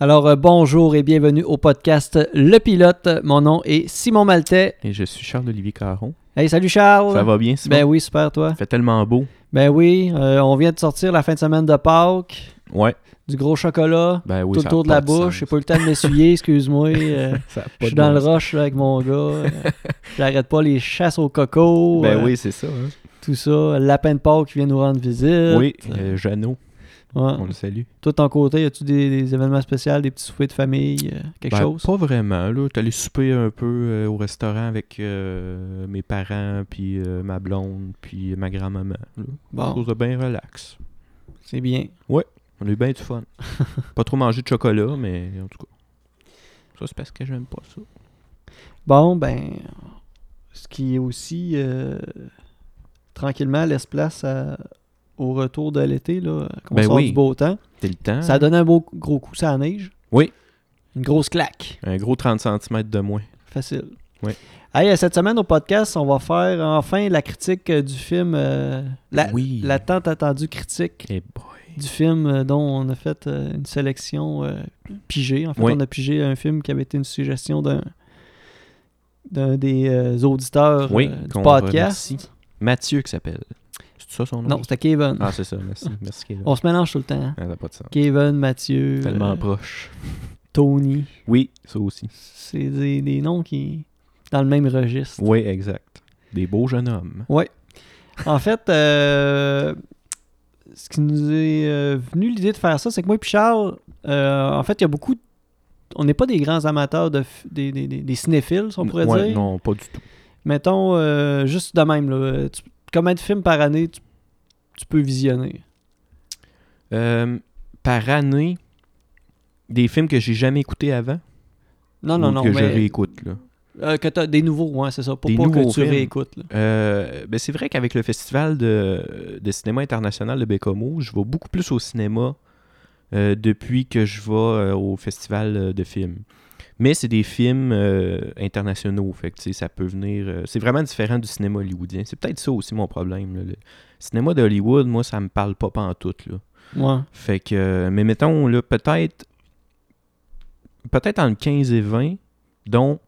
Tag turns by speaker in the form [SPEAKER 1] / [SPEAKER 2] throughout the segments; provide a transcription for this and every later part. [SPEAKER 1] Alors euh, bonjour et bienvenue au podcast Le Pilote. Mon nom est Simon Maltais.
[SPEAKER 2] Et je suis Charles-Olivier Caron.
[SPEAKER 1] Hey, salut Charles.
[SPEAKER 2] Ça va bien, Simon?
[SPEAKER 1] Ben oui, super toi.
[SPEAKER 2] Il fait tellement beau.
[SPEAKER 1] Ben oui, euh, on vient de sortir la fin de semaine de Pâques,
[SPEAKER 2] Ouais.
[SPEAKER 1] du gros chocolat,
[SPEAKER 2] Ben oui,
[SPEAKER 1] tout
[SPEAKER 2] ça
[SPEAKER 1] le
[SPEAKER 2] a
[SPEAKER 1] tour de
[SPEAKER 2] pas
[SPEAKER 1] la bouche. J'ai
[SPEAKER 2] sens.
[SPEAKER 1] pas eu le temps de m'essuyer, excuse-moi. euh,
[SPEAKER 2] Ça a pas
[SPEAKER 1] je suis
[SPEAKER 2] de
[SPEAKER 1] dans
[SPEAKER 2] bon
[SPEAKER 1] le
[SPEAKER 2] sens.
[SPEAKER 1] rush là, avec mon gars. euh, J'arrête pas les chasses au coco.
[SPEAKER 2] Ben
[SPEAKER 1] euh,
[SPEAKER 2] oui, c'est ça. hein.
[SPEAKER 1] Tout ça. Le Lapin de Pâques qui vient nous rendre visite.
[SPEAKER 2] Oui, euh, Jeannot,
[SPEAKER 1] Ouais.
[SPEAKER 2] on le salue.
[SPEAKER 1] Toi, de ton côté, as-tu des, des événements spéciaux, des petits souhaits de famille, euh, quelque
[SPEAKER 2] Ben,
[SPEAKER 1] chose?
[SPEAKER 2] Pas vraiment. là. T'es allé souper un peu euh, au restaurant avec euh, mes parents, puis euh, ma blonde, puis ma grand-maman. là. Quelque
[SPEAKER 1] Bon,
[SPEAKER 2] chose de bien relax.
[SPEAKER 1] c'est bien.
[SPEAKER 2] On a eu bien du fun. pas trop mangé de chocolat, mais en tout cas. Ça, c'est parce que j'aime pas ça.
[SPEAKER 1] Bon, ben, ce qui est aussi euh, tranquillement laisse place à- au retour de l'été, là, qu'on
[SPEAKER 2] Ben
[SPEAKER 1] sort
[SPEAKER 2] oui.
[SPEAKER 1] du beau temps.
[SPEAKER 2] T'es le temps.
[SPEAKER 1] Ça donne un beau gros coup, ça neige.
[SPEAKER 2] Oui.
[SPEAKER 1] Une grosse claque.
[SPEAKER 2] Un gros 30 cm de moins.
[SPEAKER 1] Facile.
[SPEAKER 2] Oui.
[SPEAKER 1] Hey, euh, cette semaine au podcast, on va faire enfin la critique euh, du film, euh, la,
[SPEAKER 2] oui.
[SPEAKER 1] la tant attendue critique
[SPEAKER 2] Eh boy.
[SPEAKER 1] du film euh, dont on a fait euh, une sélection euh, pigée. En fait,
[SPEAKER 2] Oui.
[SPEAKER 1] on a pigé un film qui avait été une suggestion d'un d'un des euh, auditeurs
[SPEAKER 2] Oui,
[SPEAKER 1] euh, du
[SPEAKER 2] qu'on
[SPEAKER 1] podcast.
[SPEAKER 2] remercie. Mathieu qui s'appelle. C'est ça son nom?
[SPEAKER 1] Non, c'était Kevin.
[SPEAKER 2] Ah, c'est ça, merci. Merci, Kevin.
[SPEAKER 1] On se mélange tout le temps. hein.
[SPEAKER 2] Ah, ça n'a pas de sens.
[SPEAKER 1] Kevin, Mathieu,
[SPEAKER 2] Tellement
[SPEAKER 1] euh,
[SPEAKER 2] proche.
[SPEAKER 1] Tony.
[SPEAKER 2] Oui, ça aussi.
[SPEAKER 1] C'est des, des noms qui dans le même registre.
[SPEAKER 2] Oui, exact. Des beaux jeunes hommes.
[SPEAKER 1] En fait, euh, ce qui nous est euh, venu l'idée de faire ça, c'est que moi et puis Charles, euh, en fait, il y a beaucoup. de- On n'est pas des grands amateurs de f- des, des- des- des cinéphiles, si on pourrait
[SPEAKER 2] Ouais,
[SPEAKER 1] dire.
[SPEAKER 2] Non, pas du tout.
[SPEAKER 1] Mettons, euh, juste de même, là, euh, tu- combien de films par année tu, tu peux visionner
[SPEAKER 2] Euh, par année, des films que j'ai jamais écoutés avant.
[SPEAKER 1] Non, non,
[SPEAKER 2] ou
[SPEAKER 1] non,
[SPEAKER 2] Que je
[SPEAKER 1] mais.
[SPEAKER 2] réécoute, là.
[SPEAKER 1] euh, que t'as des nouveaux, ouais, c'est ça. Pour
[SPEAKER 2] Des
[SPEAKER 1] pas que
[SPEAKER 2] nouveaux
[SPEAKER 1] tu
[SPEAKER 2] films.
[SPEAKER 1] réécoutes. là.
[SPEAKER 2] Euh, ben, c'est vrai qu'avec le festival de, de cinéma international de Bécomo, je vais beaucoup plus au cinéma euh, depuis que je vais euh, au festival euh, de films. Mais c'est des films euh, internationaux, fait que, tu sais, ça peut venir. euh, c'est vraiment différent du cinéma hollywoodien. C'est peut-être ça aussi mon problème. là. Le cinéma de Hollywood, moi, ça me parle pas pantoute. Là.
[SPEAKER 1] Ouais.
[SPEAKER 2] Fait que, euh, mais mettons, là, peut-être, peut-être entre 15 et 20, dont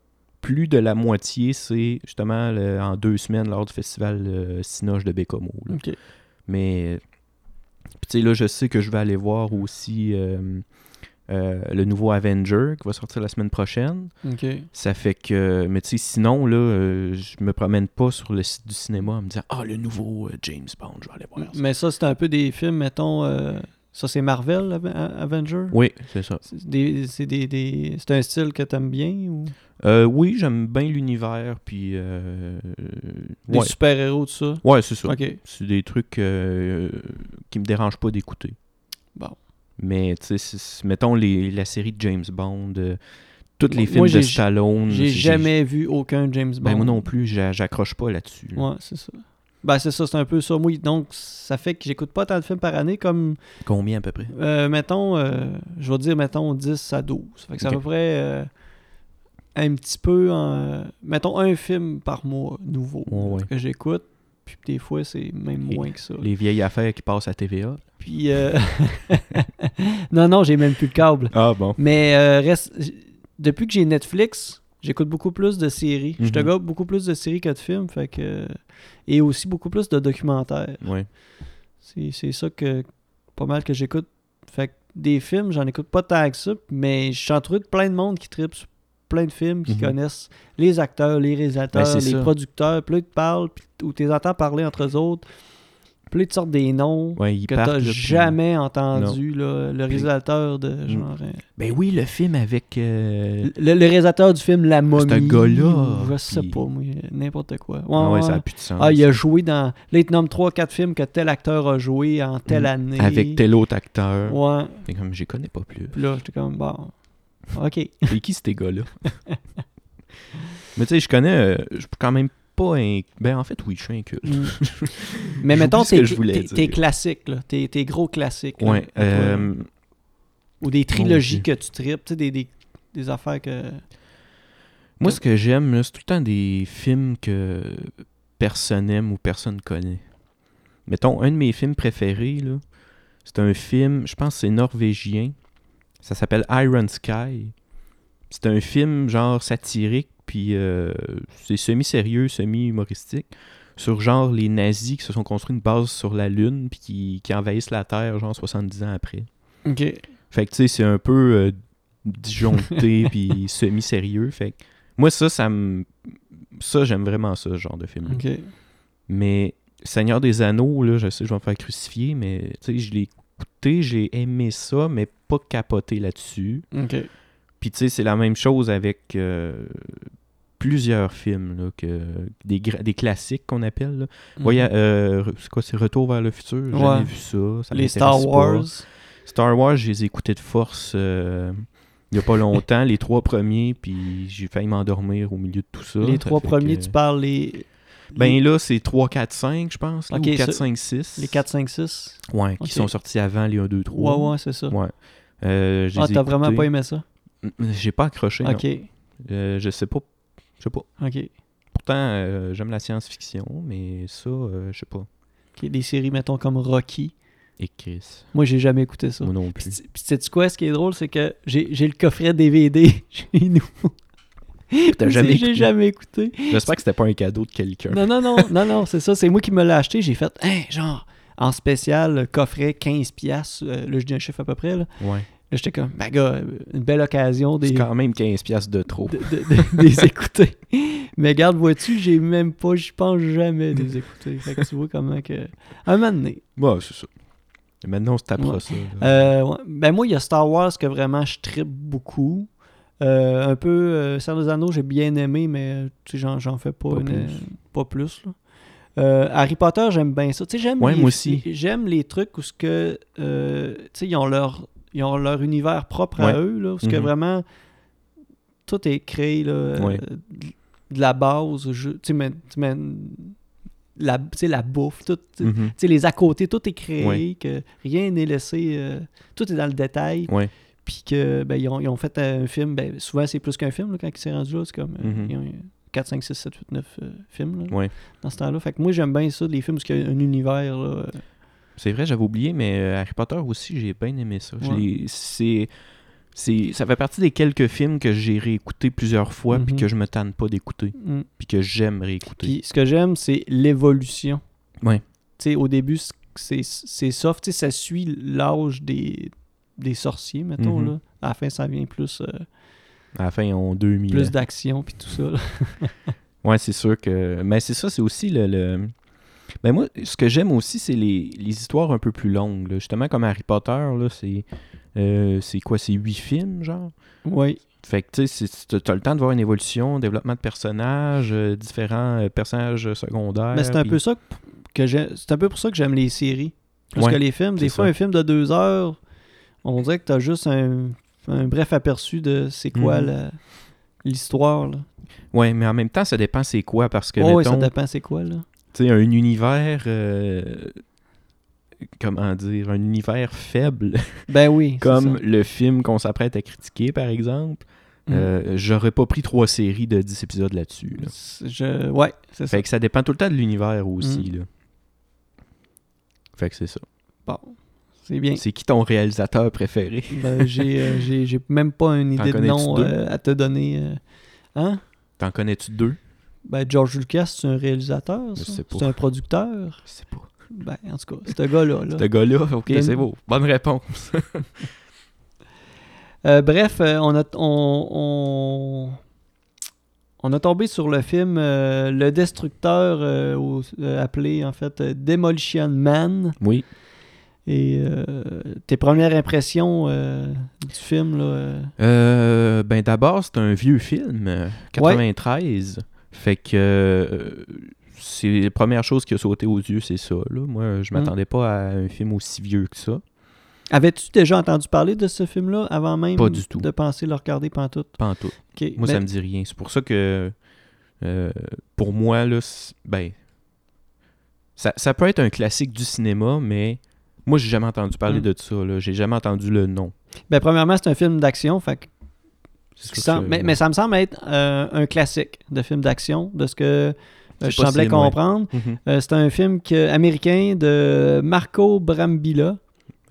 [SPEAKER 2] plus de la moitié, c'est justement le- en deux semaines lors du festival euh, Cinoche de Bécomo. là.
[SPEAKER 1] Ok.
[SPEAKER 2] Mais, puis tu sais, là, je sais que je vais aller voir aussi euh, euh, le nouveau Avenger qui va sortir la semaine prochaine.
[SPEAKER 1] Ok.
[SPEAKER 2] Ça fait que, mais tu sais, sinon, là, euh, je me promène pas sur le site du cinéma en me disant, ah, le nouveau euh, James Bond, je vais aller voir ça.
[SPEAKER 1] Mais ça, c'est un peu des films, mettons. euh, ça, c'est Marvel, Ave- Avenger
[SPEAKER 2] Oui, c'est ça.
[SPEAKER 1] C'est des- c'est des- des- c'est un style que t'aimes bien ou
[SPEAKER 2] Euh, oui, j'aime bien l'univers, puis... euh,
[SPEAKER 1] des
[SPEAKER 2] ouais,
[SPEAKER 1] super-héros, tout ça?
[SPEAKER 2] ouais c'est ça.
[SPEAKER 1] Ok.
[SPEAKER 2] C'est des trucs euh, qui me dérangent pas d'écouter.
[SPEAKER 1] Bon.
[SPEAKER 2] Mais, tu sais, c'est- c'est- mettons les, la série de James Bond, euh, tous les
[SPEAKER 1] Moi,
[SPEAKER 2] films de
[SPEAKER 1] j'ai-
[SPEAKER 2] Stallone...
[SPEAKER 1] J'ai
[SPEAKER 2] Hmm, c'est-
[SPEAKER 1] jamais vu aucun James Bond.
[SPEAKER 2] Ben, moi non plus, j'a- j'accroche pas là-dessus. là.
[SPEAKER 1] Ouais, c'est ça. Ben, c'est ça, c'est un peu ça. Moi, donc, ça fait que j'écoute pas tant de films par année comme,
[SPEAKER 2] Combien à peu près?
[SPEAKER 1] euh, mettons, euh, je vais dire, mettons, 10 à 12. Fait que c'est à
[SPEAKER 2] Ok.
[SPEAKER 1] peu près euh, un petit peu, en- euh, mettons, un film par mois nouveau
[SPEAKER 2] Ouais, ouais.
[SPEAKER 1] que j'écoute. Puis des fois, c'est même
[SPEAKER 2] Les-
[SPEAKER 1] moins que ça.
[SPEAKER 2] Les vieilles affaires qui passent à TVA.
[SPEAKER 1] Puis, euh, non, non, j'ai même plus le câble.
[SPEAKER 2] Ah bon.
[SPEAKER 1] Mais euh, reste... j- depuis que j'ai Netflix, j'écoute beaucoup plus de séries. Je te
[SPEAKER 2] Mhm.
[SPEAKER 1] gobe beaucoup plus de séries que de films. Fait que... Et aussi beaucoup plus de documentaires.
[SPEAKER 2] Ouais.
[SPEAKER 1] C'est c'est ça que pas mal que j'écoute. Fait que des films, j'en écoute pas tant que ça, mais je suis entouré de plein de monde qui tripe sur plein de films, qui
[SPEAKER 2] Mhm.
[SPEAKER 1] connaissent les acteurs, les réalisateurs,
[SPEAKER 2] Ben,
[SPEAKER 1] les
[SPEAKER 2] c'est ça.
[SPEAKER 1] producteurs. Puis là, ils te parlent, puis t- ou tu les entends parler entre eux autres. Puis là, ils te sortent des noms
[SPEAKER 2] Ouais, ils
[SPEAKER 1] que
[SPEAKER 2] partent,
[SPEAKER 1] t'as
[SPEAKER 2] là, puis-
[SPEAKER 1] jamais entendu, là, le réalisateur de
[SPEAKER 2] Mm.
[SPEAKER 1] genre... euh,
[SPEAKER 2] Ben oui, le film avec... euh,
[SPEAKER 1] le, le réalisateur du film La Momie.
[SPEAKER 2] gars-là,
[SPEAKER 1] ou Je sais
[SPEAKER 2] puis-
[SPEAKER 1] pas, moi, n'importe quoi. Ouais,
[SPEAKER 2] Ah ouais,
[SPEAKER 1] ouais.
[SPEAKER 2] ça a plus de sens.
[SPEAKER 1] Ah, il a joué dans. Là, il te nomme 3-4 films que tel acteur a joué en telle
[SPEAKER 2] Mm.
[SPEAKER 1] année.
[SPEAKER 2] Avec tel autre acteur.
[SPEAKER 1] Ouais.
[SPEAKER 2] Fait comme, j'y connais pas plus.
[SPEAKER 1] Puis là, j'étais comme, bon. Ok.
[SPEAKER 2] C'est qui ces gars-là? Mais tu sais, je connais. euh, je suis quand même pas un. Ben, en fait, oui, je suis un culte.
[SPEAKER 1] Mm. Mais
[SPEAKER 2] J'oublie
[SPEAKER 1] mettons,
[SPEAKER 2] ce que
[SPEAKER 1] tes,
[SPEAKER 2] je voulais
[SPEAKER 1] tes-
[SPEAKER 2] dire.
[SPEAKER 1] tes classiques, là, tes, tes gros classiques. là,
[SPEAKER 2] Ouais.
[SPEAKER 1] à toi, là.
[SPEAKER 2] euh,
[SPEAKER 1] Ou des trilogies
[SPEAKER 2] Dieu.
[SPEAKER 1] que tu tripes, tu sais, des, des, des affaires que.
[SPEAKER 2] moi, ce que j'aime, là, c'est tout le temps des films que personne aime ou personne connaît. Mettons, un de mes films préférés, là, c'est un film, je pense que c'est norvégien. Ça s'appelle Iron Sky. C'est un film genre satirique, puis euh, c'est semi-sérieux, semi-humoristique, sur genre les nazis qui se sont construits une base sur la Lune, puis qui, qui envahissent la Terre genre 70 ans après.
[SPEAKER 1] Ok.
[SPEAKER 2] Fait que tu sais, c'est un peu euh, disjoncté, puis semi-sérieux. Fait que moi, ça, ça me. Ça, j'aime vraiment ça, ce genre de film.
[SPEAKER 1] Ok.
[SPEAKER 2] Mais Seigneur des Anneaux, là, je sais, je vais me faire crucifier, mais tu sais, je l'ai écouté, j'ai aimé ça, mais pas capoté là-dessus.
[SPEAKER 1] Ok.
[SPEAKER 2] Puis tu sais, c'est la même chose avec euh, plusieurs films, là, que, des, gra- des classiques qu'on appelle. là. Voya- euh, re- c'est quoi, c'est Retour vers le futur? J'ai
[SPEAKER 1] Mm-hmm. Ouais.
[SPEAKER 2] jamais vu ça. ça
[SPEAKER 1] Les
[SPEAKER 2] m'intéresse
[SPEAKER 1] Star
[SPEAKER 2] pas.
[SPEAKER 1] Wars.
[SPEAKER 2] Star Wars, je les ai écoutés de force euh, il y a pas longtemps, les trois premiers, puis j'ai failli m'endormir au milieu de tout ça.
[SPEAKER 1] Les
[SPEAKER 2] Ça
[SPEAKER 1] trois
[SPEAKER 2] fait
[SPEAKER 1] premiers,
[SPEAKER 2] que-
[SPEAKER 1] tu parles les.
[SPEAKER 2] Ben
[SPEAKER 1] les,
[SPEAKER 2] là, c'est 3, 4, 5, je pense. là,
[SPEAKER 1] Ok,
[SPEAKER 2] ou 4,
[SPEAKER 1] ça-
[SPEAKER 2] 5, 6.
[SPEAKER 1] les 4, 5, 6.
[SPEAKER 2] Ouais,
[SPEAKER 1] Ok.
[SPEAKER 2] qui sont sortis avant les 1, 2, 3.
[SPEAKER 1] Ouais, ouais, c'est ça.
[SPEAKER 2] Ouais. Euh, je
[SPEAKER 1] ah,
[SPEAKER 2] les ai
[SPEAKER 1] t'as vraiment
[SPEAKER 2] écoutés.
[SPEAKER 1] pas aimé ça?
[SPEAKER 2] Mm, J'ai pas accroché. non.
[SPEAKER 1] Ok.
[SPEAKER 2] Euh, je sais pas. Je sais pas.
[SPEAKER 1] Ok.
[SPEAKER 2] Pourtant, euh, j'aime la science-fiction, mais ça, euh, je sais pas.
[SPEAKER 1] Ok, Des séries, mettons, comme Rocky.
[SPEAKER 2] Et Chris.
[SPEAKER 1] Moi, j'ai jamais écouté ça.
[SPEAKER 2] Moi
[SPEAKER 1] Puis,
[SPEAKER 2] non plus.
[SPEAKER 1] tu- puis sais-tu quoi, ce qui est drôle, c'est que j'ai j'ai le coffret DVD chez nous.
[SPEAKER 2] T'as
[SPEAKER 1] Mais
[SPEAKER 2] jamais
[SPEAKER 1] c'est-
[SPEAKER 2] écouté?
[SPEAKER 1] J'ai jamais écouté.
[SPEAKER 2] J'espère que c'était pas un cadeau de quelqu'un.
[SPEAKER 1] Non, non, non, non, non, c'est ça. C'est moi qui me l'ai acheté. J'ai fait, Hein, genre, en spécial, le coffret 15$. piastres. Euh, là, je dis un chiffre à peu près. Là,
[SPEAKER 2] Ouais.
[SPEAKER 1] Là, j'étais comme, ben gars, une belle occasion des,
[SPEAKER 2] C'est quand même 15$ de trop.
[SPEAKER 1] de- de- de- des écouter. Mais regarde, vois-tu, j'ai même pas, je pense jamais des écouter. Fait que tu vois comment que. Un moment donné.
[SPEAKER 2] Ouais, Bah, c'est ça. Et maintenant, on se tapera
[SPEAKER 1] Ouais.
[SPEAKER 2] ça. là.
[SPEAKER 1] Euh, ouais. Ben moi, il y a Star Wars que vraiment je trippe beaucoup. Euh, un peu euh, Seigneur des Anneaux, j'ai bien aimé, mais euh, tu sais, j'en, j'en fais pas,
[SPEAKER 2] Pas
[SPEAKER 1] une-
[SPEAKER 2] plus.
[SPEAKER 1] pas plus, là. Euh, Harry Potter, j'aime bien ça. Tu sais, j'aime
[SPEAKER 2] Ouais,
[SPEAKER 1] les,
[SPEAKER 2] moi aussi.
[SPEAKER 1] les- J'aime les trucs où ce que, euh, tu sais, ils ont leur, ils ont leur univers propre à
[SPEAKER 2] Ouais.
[SPEAKER 1] eux, là, où ce que
[SPEAKER 2] Mhm.
[SPEAKER 1] vraiment tout est créé là, euh,
[SPEAKER 2] Ouais.
[SPEAKER 1] de la base. je- tu sais, mais- tu sais, mais la, tu sais, la bouffe, tout. tu-
[SPEAKER 2] Mhm.
[SPEAKER 1] tu sais, les à côté, tout est créé,
[SPEAKER 2] Ouais.
[SPEAKER 1] que rien n'est laissé, euh, tout est dans le détail.
[SPEAKER 2] Ouais.
[SPEAKER 1] Puis que ben, ils, ont, ils ont fait un film, ben, souvent c'est plus qu'un film là, quand il s'est rendu là, c'est comme euh,
[SPEAKER 2] Mhm.
[SPEAKER 1] ils ont 4, 5, 6, 7, 8, 9 euh, films là,
[SPEAKER 2] Ouais.
[SPEAKER 1] dans ce temps-là. Fait que moi j'aime bien ça, les films, parce qu'il y a un univers. Là, euh,
[SPEAKER 2] C'est vrai, j'avais oublié, mais euh, Harry Potter aussi, j'ai bien aimé ça. Je
[SPEAKER 1] Ouais.
[SPEAKER 2] l'ai- C'est, c'est, ça fait partie des quelques films que j'ai réécouté plusieurs fois, puis
[SPEAKER 1] Mhm.
[SPEAKER 2] que je me tanne pas d'écouter,
[SPEAKER 1] mm.
[SPEAKER 2] puis que j'aime réécouter.
[SPEAKER 1] Puis ce que j'aime, c'est l'évolution.
[SPEAKER 2] Ouais.
[SPEAKER 1] Tu sais, au début, c- c'est c'est soft, tu sais, ça suit l'âge des, des sorciers, mettons.
[SPEAKER 2] Mhm.
[SPEAKER 1] là. À la fin, ça vient plus, euh,
[SPEAKER 2] À la fin, on 2000.
[SPEAKER 1] plus
[SPEAKER 2] ans.
[SPEAKER 1] d'action, puis tout ça. là.
[SPEAKER 2] Ouais, c'est sûr que. Mais c'est ça, c'est aussi le. le- Ben moi, ce que j'aime aussi, c'est les, les histoires un peu plus longues. là. Justement, comme Harry Potter, là, c'est. euh, c'est quoi C'est huit films, genre
[SPEAKER 1] Oui.
[SPEAKER 2] Fait que, tu sais, c'est- t'as le temps de voir une évolution, développement de personnages, euh, différents euh, personnages secondaires.
[SPEAKER 1] Mais c'est un
[SPEAKER 2] puis-
[SPEAKER 1] peu ça que, que j'ai- c'est un peu pour ça que j'aime les séries plus
[SPEAKER 2] Ouais,
[SPEAKER 1] que les films. Des
[SPEAKER 2] c'est
[SPEAKER 1] fois,
[SPEAKER 2] ça.
[SPEAKER 1] un film de deux heures, on dirait que t'as juste un, un bref aperçu de c'est quoi
[SPEAKER 2] Mhm.
[SPEAKER 1] la- l'histoire. là.
[SPEAKER 2] Ouais, mais en même temps, ça dépend c'est quoi, parce que,
[SPEAKER 1] Oh, oui, ça
[SPEAKER 2] mettons,
[SPEAKER 1] dépend c'est quoi là.
[SPEAKER 2] tu sais, un univers, euh, comment dire, un univers faible,
[SPEAKER 1] Ben oui. c'est
[SPEAKER 2] comme
[SPEAKER 1] ça.
[SPEAKER 2] le film qu'on s'apprête à critiquer, par exemple,
[SPEAKER 1] Mhm.
[SPEAKER 2] euh, j'aurais pas pris trois séries de 10 épisodes là-dessus. là.
[SPEAKER 1] Mm. C'est- Je... Ouais, c'est ça. Mm.
[SPEAKER 2] Fait que ça dépend tout le temps de l'univers aussi, là. Fait que c'est ça.
[SPEAKER 1] Bon, c'est bien.
[SPEAKER 2] C'est qui ton réalisateur préféré?
[SPEAKER 1] Ben, j'ai, euh, j'ai, j'ai même pas une
[SPEAKER 2] T'en
[SPEAKER 1] idée de
[SPEAKER 2] connais-tu
[SPEAKER 1] nom
[SPEAKER 2] deux?
[SPEAKER 1] euh, à te donner. euh. Hein?
[SPEAKER 2] T'en connais-tu deux?
[SPEAKER 1] Ben, George Lucas, c'est un réalisateur,
[SPEAKER 2] Je
[SPEAKER 1] ça?
[SPEAKER 2] sais pas.
[SPEAKER 1] c'est un producteur.
[SPEAKER 2] Je sais pas.
[SPEAKER 1] Ben, en tout cas, ce gars-là. là.
[SPEAKER 2] Ce gars-là, ok,
[SPEAKER 1] Donne-
[SPEAKER 2] c'est beau. Bonne réponse.
[SPEAKER 1] Euh, bref, euh, on a, on, on, on a tombé sur le film euh, Le Destructeur, euh, au- euh, appelé en fait euh, Demolition Man.
[SPEAKER 2] oui.
[SPEAKER 1] Et euh, tes premières impressions euh, du film, là, euh,
[SPEAKER 2] Euh, ben d'abord, c'est un vieux film, euh, 93. Fait que euh, c'est la première chose qui a sauté aux yeux, c'est ça. là. Moi, je
[SPEAKER 1] Mm.
[SPEAKER 2] m'attendais pas à un film aussi vieux que ça.
[SPEAKER 1] avais-tu déjà entendu parler de ce film-là avant même
[SPEAKER 2] Pas du tout.
[SPEAKER 1] de penser le regarder pantoute?
[SPEAKER 2] Pas en tout.
[SPEAKER 1] Ok,
[SPEAKER 2] Moi,
[SPEAKER 1] mais-
[SPEAKER 2] ça me dit rien. C'est pour ça que euh, pour moi, là, c'est- ben ça, ça peut être un classique du cinéma, mais moi, j'ai jamais entendu parler
[SPEAKER 1] Mm.
[SPEAKER 2] de ça. là. J'ai jamais entendu le nom.
[SPEAKER 1] ben, premièrement, c'est un film d'action, fait que
[SPEAKER 2] C'est
[SPEAKER 1] ce qui
[SPEAKER 2] sûr que
[SPEAKER 1] semble- mais, mais ça me semble être euh, un classique de film d'action, de ce que euh,
[SPEAKER 2] C'est
[SPEAKER 1] je semblais
[SPEAKER 2] possible, ouais.
[SPEAKER 1] comprendre.
[SPEAKER 2] Mhm.
[SPEAKER 1] Euh, c'est un film que- américain de Marco Brambilla.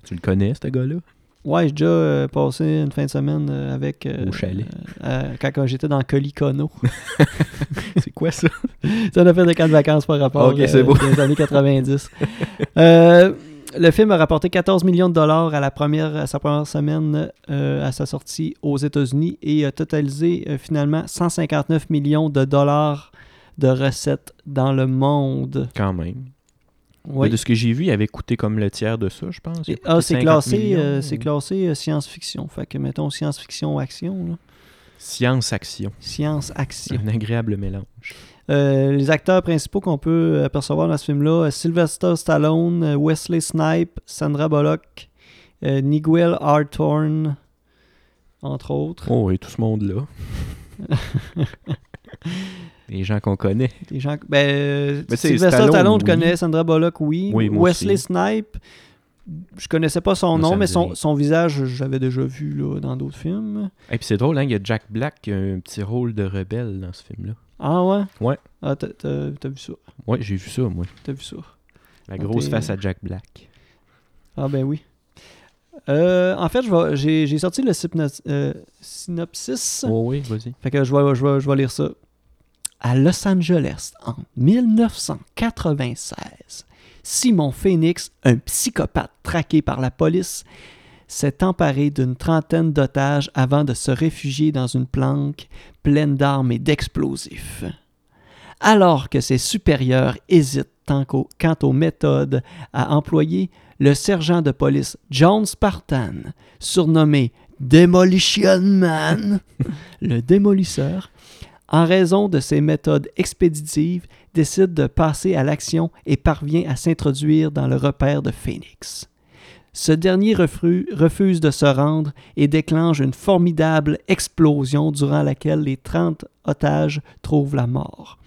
[SPEAKER 2] Tu le connais, ce gars-là?
[SPEAKER 1] Ouais, j'ai déjà euh, passé une fin de semaine euh, avec. euh,
[SPEAKER 2] Au chalet.
[SPEAKER 1] euh, quand quand j'étais dans Colicono.
[SPEAKER 2] C'est quoi ça?
[SPEAKER 1] Ça on a fait des camps de vacances par rapport
[SPEAKER 2] Ok, c'est beau.
[SPEAKER 1] aux années 90. Euh, le film a rapporté 14 millions de dollars à, la première, à sa première semaine euh, à sa sortie aux États-Unis et a totalisé euh, finalement 159 millions de dollars de recettes dans le monde.
[SPEAKER 2] Quand même.
[SPEAKER 1] Oui.
[SPEAKER 2] De ce que j'ai vu, il avait coûté comme le tiers de ça, je pense. Il a
[SPEAKER 1] Et- ah,
[SPEAKER 2] coûté
[SPEAKER 1] c'est
[SPEAKER 2] 50
[SPEAKER 1] classé,
[SPEAKER 2] millions.
[SPEAKER 1] euh, c'est classé euh, science-fiction. Fait que mettons science-fiction-action. là.
[SPEAKER 2] Science-action.
[SPEAKER 1] Science-action.
[SPEAKER 2] Un agréable mélange.
[SPEAKER 1] Euh, les acteurs principaux qu'on peut apercevoir dans ce film-là, euh, Sylvester Stallone, euh, Wesley Snipe, Sandra Bullock, euh, Niguel Arthorn, entre autres.
[SPEAKER 2] Oh, et tout ce monde-là. Les gens qu'on connaît.
[SPEAKER 1] Des gens... ben, euh,
[SPEAKER 2] Mais tu sais,
[SPEAKER 1] Sylvester
[SPEAKER 2] Stallone,
[SPEAKER 1] Stallone, je
[SPEAKER 2] oui.
[SPEAKER 1] connais, Sandra Bullock, oui.
[SPEAKER 2] Oui, moi
[SPEAKER 1] Wesley
[SPEAKER 2] aussi.
[SPEAKER 1] Snipe, je connaissais pas son
[SPEAKER 2] Moi, ça
[SPEAKER 1] nom,
[SPEAKER 2] me
[SPEAKER 1] mais
[SPEAKER 2] dit
[SPEAKER 1] son,
[SPEAKER 2] rien.
[SPEAKER 1] son visage, j'avais déjà vu là, dans d'autres films.
[SPEAKER 2] Et puis c'est drôle, hein, il y a Jack Black qui a un petit rôle de rebelle dans ce film-là.
[SPEAKER 1] Ah ouais?
[SPEAKER 2] Ouais.
[SPEAKER 1] Ah, t'as- t'as t'as vu ça?
[SPEAKER 2] Ouais, j'ai vu ça, moi.
[SPEAKER 1] T'as vu ça?
[SPEAKER 2] La
[SPEAKER 1] Ah,
[SPEAKER 2] grosse
[SPEAKER 1] t'es-
[SPEAKER 2] face à Jack Black.
[SPEAKER 1] Ah ben oui. Euh, en fait, je vais- j'ai j'ai sorti le sypno- euh, synopsis.
[SPEAKER 2] Oh oui, vas-y.
[SPEAKER 1] Fait que je vais, je vais- je vais lire ça. À Los Angeles, en 1996, Simon Phoenix, un psychopathe traqué par la police, s'est emparé d'une trentaine d'otages avant de se réfugier dans une planque pleine d'armes et d'explosifs. Alors que ses supérieurs hésitent tant qu'au- quant aux méthodes à employer, le sergent de police John Spartan, surnommé Demolition Man, le démolisseur, en raison de ses méthodes expéditives, décide de passer à l'action et parvient à s'introduire dans le repère de Phoenix. Ce dernier refru- refuse de se rendre et déclenche une formidable explosion durant laquelle les 30 otages trouvent la mort.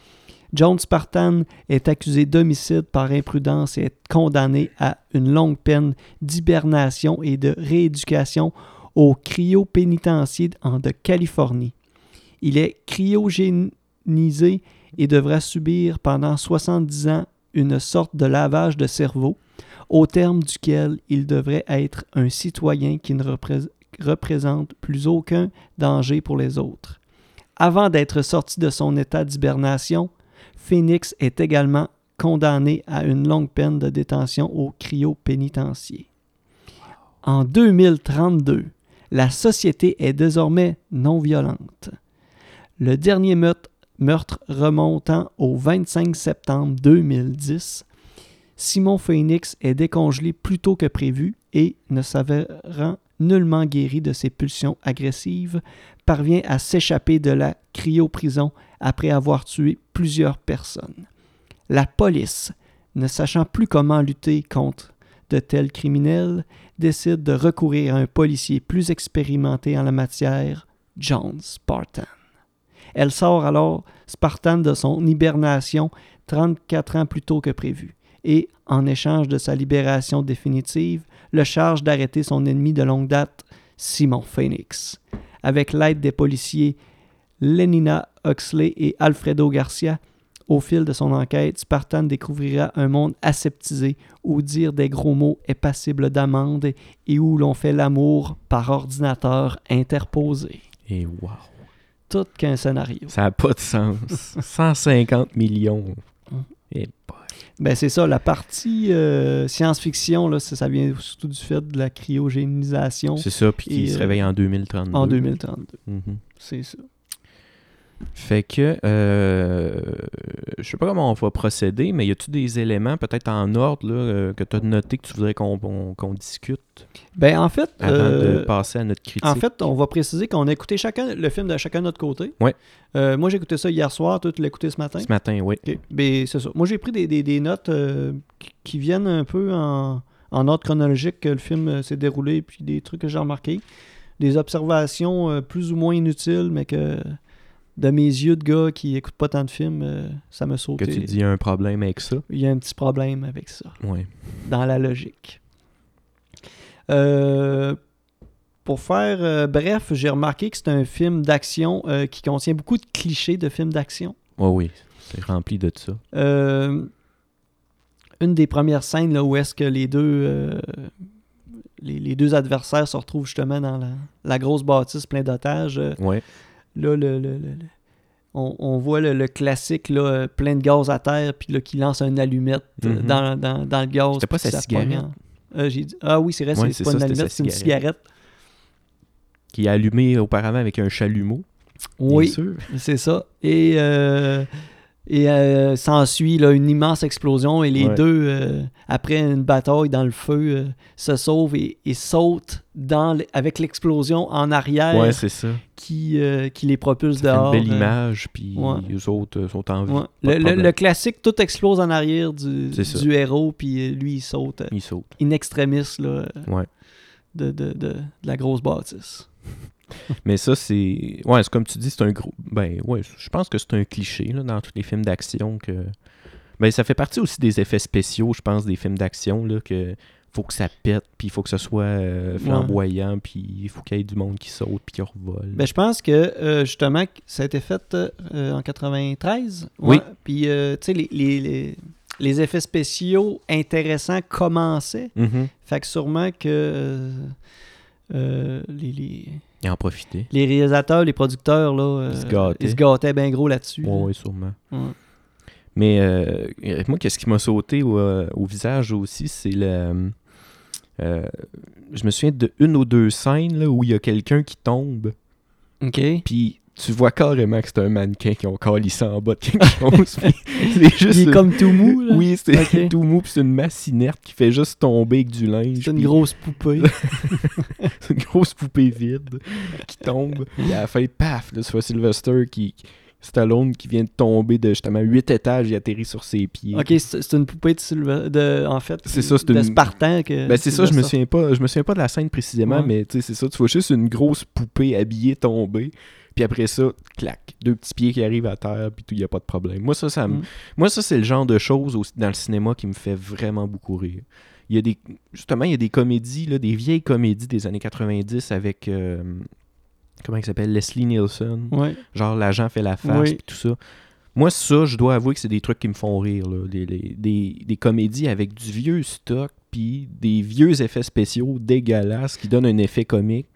[SPEAKER 1] John Spartan est accusé d'homicide par imprudence et est condamné à une longue peine d'hibernation et de rééducation au cryopénitencier en- de Californie. Il est cryogénisé et devra subir pendant 70 ans une sorte de lavage de cerveau, au terme duquel il devrait être un citoyen qui ne repré- représente plus aucun danger pour les autres. Avant d'être sorti de son état d'hibernation, Phoenix est également condamné à une longue peine de détention au cryopénitencier. En 2032, la société est désormais non violente. Le dernier meurtre, meurtre remontant au 25 septembre 2010, Simon Phoenix est décongelé plus tôt que prévu et, ne s'avérant nullement guéri de ses pulsions agressives, parvient à s'échapper de la cryoprison après avoir tué plusieurs personnes. La police, ne sachant plus comment lutter contre de tels criminels, décide de recourir à un policier plus expérimenté en la matière, John Spartan. Elle sort alors Spartan de son hibernation 34 ans plus tôt que prévu et, en échange de sa libération définitive, le charge d'arrêter son ennemi de longue date, Simon Phoenix. Avec l'aide des policiers Lenina Huxley et Alfredo Garcia, au fil de son enquête, Spartan découvrira un monde aseptisé où dire des gros mots est passible d'amende et où l'on fait l'amour par ordinateur interposé.
[SPEAKER 2] Et wow.
[SPEAKER 1] Tout qu'un scénario.
[SPEAKER 2] Ça n'a pas de sens. 150 millions.
[SPEAKER 1] Mm.
[SPEAKER 2] Et boy.
[SPEAKER 1] Ben c'est ça, la partie euh, science-fiction, là, ça, ça vient surtout du fait de la cryogénisation
[SPEAKER 2] C'est ça, puis
[SPEAKER 1] Et,
[SPEAKER 2] qu'il se
[SPEAKER 1] euh,
[SPEAKER 2] réveille en 2032.
[SPEAKER 1] en 2032.
[SPEAKER 2] Mhm.
[SPEAKER 1] C'est ça.
[SPEAKER 2] Fait que, euh, je sais pas comment on va procéder, mais y a-tu des éléments, peut-être en ordre, là, euh, que tu as noté que tu voudrais qu'on on- qu'on discute
[SPEAKER 1] Ben en fait,
[SPEAKER 2] avant
[SPEAKER 1] euh,
[SPEAKER 2] de passer à notre critique?
[SPEAKER 1] en fait, on va préciser qu'on a écouté chacun le film de chacun de notre côté.
[SPEAKER 2] Ouais.
[SPEAKER 1] Euh, moi j'ai écouté ça hier soir, toi tu l'as écouté ce matin.
[SPEAKER 2] ce matin, oui.
[SPEAKER 1] Ok, ben, c'est ça. Moi, j'ai pris des, des- des notes euh, qui- qui viennent un peu en, en ordre chronologique que le film euh, s'est déroulé, puis des trucs que j'ai remarqués. Des observations euh, plus ou moins inutiles, mais que de mes yeux de gars qui écoutent pas tant de films, euh, ça me
[SPEAKER 2] Que
[SPEAKER 1] sautait.
[SPEAKER 2] tu dis y a un problème avec ça.
[SPEAKER 1] Il y a un petit problème avec ça
[SPEAKER 2] Ouais.
[SPEAKER 1] dans la logique. Euh, pour faire euh, bref, j'ai remarqué que c'est un film d'action euh, qui contient beaucoup de clichés de films d'action.
[SPEAKER 2] Ouais, oui, c'est rempli de ça.
[SPEAKER 1] Euh, une des premières scènes là, où est-ce que les deux euh, les, les deux adversaires se retrouvent justement dans la, la grosse bâtisse plein d'otages. euh,
[SPEAKER 2] Ouais.
[SPEAKER 1] Là, le, le- le- le- on, on voit le, le classique là, euh, plein de gaz à terre, puis là, qui lance une allumette euh,
[SPEAKER 2] Mhm.
[SPEAKER 1] dans, dans- dans le gaz.
[SPEAKER 2] C'était pas
[SPEAKER 1] puis
[SPEAKER 2] sa
[SPEAKER 1] ça pogne en-
[SPEAKER 2] cigarette?
[SPEAKER 1] Euh, j'ai dit- ah oui, c'est vrai,
[SPEAKER 2] Ouais,
[SPEAKER 1] c'est- c'est
[SPEAKER 2] c'est
[SPEAKER 1] pas
[SPEAKER 2] ça,
[SPEAKER 1] une
[SPEAKER 2] c'était sa
[SPEAKER 1] allumette, c'est une
[SPEAKER 2] cigarette.
[SPEAKER 1] cigarette.
[SPEAKER 2] Qui est allumé auparavant avec un chalumeau. bien
[SPEAKER 1] Oui,
[SPEAKER 2] sûr.
[SPEAKER 1] c'est ça. Et, euh, et euh, s'ensuit là, une immense explosion et les
[SPEAKER 2] Ouais.
[SPEAKER 1] deux, euh, après une bataille dans le feu, euh, se sauvent et, et sautent dans l- avec l'explosion en arrière
[SPEAKER 2] Ouais, c'est ça.
[SPEAKER 1] qui, euh, qui les propulse
[SPEAKER 2] C'est une
[SPEAKER 1] dehors.
[SPEAKER 2] belle
[SPEAKER 1] euh,
[SPEAKER 2] image, puis
[SPEAKER 1] ouais.
[SPEAKER 2] les autres euh, sont en vie.
[SPEAKER 1] Ouais.
[SPEAKER 2] Pas de
[SPEAKER 1] Le, le-
[SPEAKER 2] problème.
[SPEAKER 1] le classique, tout explose en arrière du,
[SPEAKER 2] C'est ça.
[SPEAKER 1] du héros, puis euh, lui, il saute euh,
[SPEAKER 2] Ils sautent.
[SPEAKER 1] in extremis là, euh,
[SPEAKER 2] Ouais.
[SPEAKER 1] de, de- de- de la grosse bâtisse.
[SPEAKER 2] Mais ça, c'est. Ouais, c'est comme tu dis, c'est un gros. Ben, ouais, je pense que c'est un cliché là, dans tous les films d'action que. Ben, ça fait partie aussi des effets spéciaux, je pense, des films d'action, là, que faut que ça pète, puis il faut que ce soit euh, flamboyant, puis il faut qu'il y ait du monde qui saute, puis qui revole.
[SPEAKER 1] Ben, je pense que, euh, justement, que ça a été fait euh, en 93.
[SPEAKER 2] Oui.
[SPEAKER 1] Ouais. Puis, euh, tu sais, les, les- les- les effets spéciaux intéressants commençaient.
[SPEAKER 2] Mhm.
[SPEAKER 1] Fait que sûrement que euh, euh, les, les-
[SPEAKER 2] Et en profiter.
[SPEAKER 1] les réalisateurs, les producteurs, là, euh,
[SPEAKER 2] Ils se gâtaient.
[SPEAKER 1] bien gros là-dessus.
[SPEAKER 2] Ouais,
[SPEAKER 1] là.
[SPEAKER 2] ouais, sûrement.
[SPEAKER 1] Ouais.
[SPEAKER 2] Mais euh, euh, moi, qu'est-ce qui m'a sauté au, euh, au visage aussi, c'est le. euh, je me souviens de une ou deux scènes là, où il y a quelqu'un qui tombe,
[SPEAKER 1] OK.
[SPEAKER 2] puis tu vois carrément que c'est un mannequin qui ont calissé en bas de quelque chose. puis c'est juste.
[SPEAKER 1] Il est comme tout mou, là.
[SPEAKER 2] Oui, c'est
[SPEAKER 1] Ok.
[SPEAKER 2] tout mou, puis c'est une masse inerte qui fait juste tomber avec du linge.
[SPEAKER 1] C'est une
[SPEAKER 2] puis
[SPEAKER 1] grosse poupée.
[SPEAKER 2] c'est une grosse poupée vide qui tombe. Et à la fin, paf, là, tu vois Sylvester qui. Stallone qui vient de tomber de justement 8 étages et atterrit sur ses pieds.
[SPEAKER 1] ok, c'est c'est une poupée de, Sylva- de en fait,
[SPEAKER 2] C'est ça, c'est
[SPEAKER 1] de
[SPEAKER 2] une-
[SPEAKER 1] Spartan que.
[SPEAKER 2] Ben c'est ça, je me
[SPEAKER 1] Sylvester-
[SPEAKER 2] souviens pas, je me souviens pas de la scène précisément,
[SPEAKER 1] Ouais.
[SPEAKER 2] mais tu sais c'est ça, tu vois juste une grosse poupée habillée tomber, puis après ça, clac, deux petits pieds qui arrivent à terre, puis tout, il y a pas de problème. Moi ça, ça me-
[SPEAKER 1] Mm.
[SPEAKER 2] moi ça c'est le genre de choses aussi dans le cinéma qui me fait vraiment beaucoup rire. Il y a des justement il y a des comédies là, des vieilles comédies des années 90 avec euh, comment il s'appelle Leslie Nielsen,
[SPEAKER 1] Ouais.
[SPEAKER 2] genre l'agent fait la face
[SPEAKER 1] Oui.
[SPEAKER 2] puis tout ça. Moi, ça, je dois avouer que c'est des trucs qui me font rire. Là. Des, les- des- des comédies avec du vieux stock, puis des vieux effets spéciaux dégueulasses qui donnent un effet comique.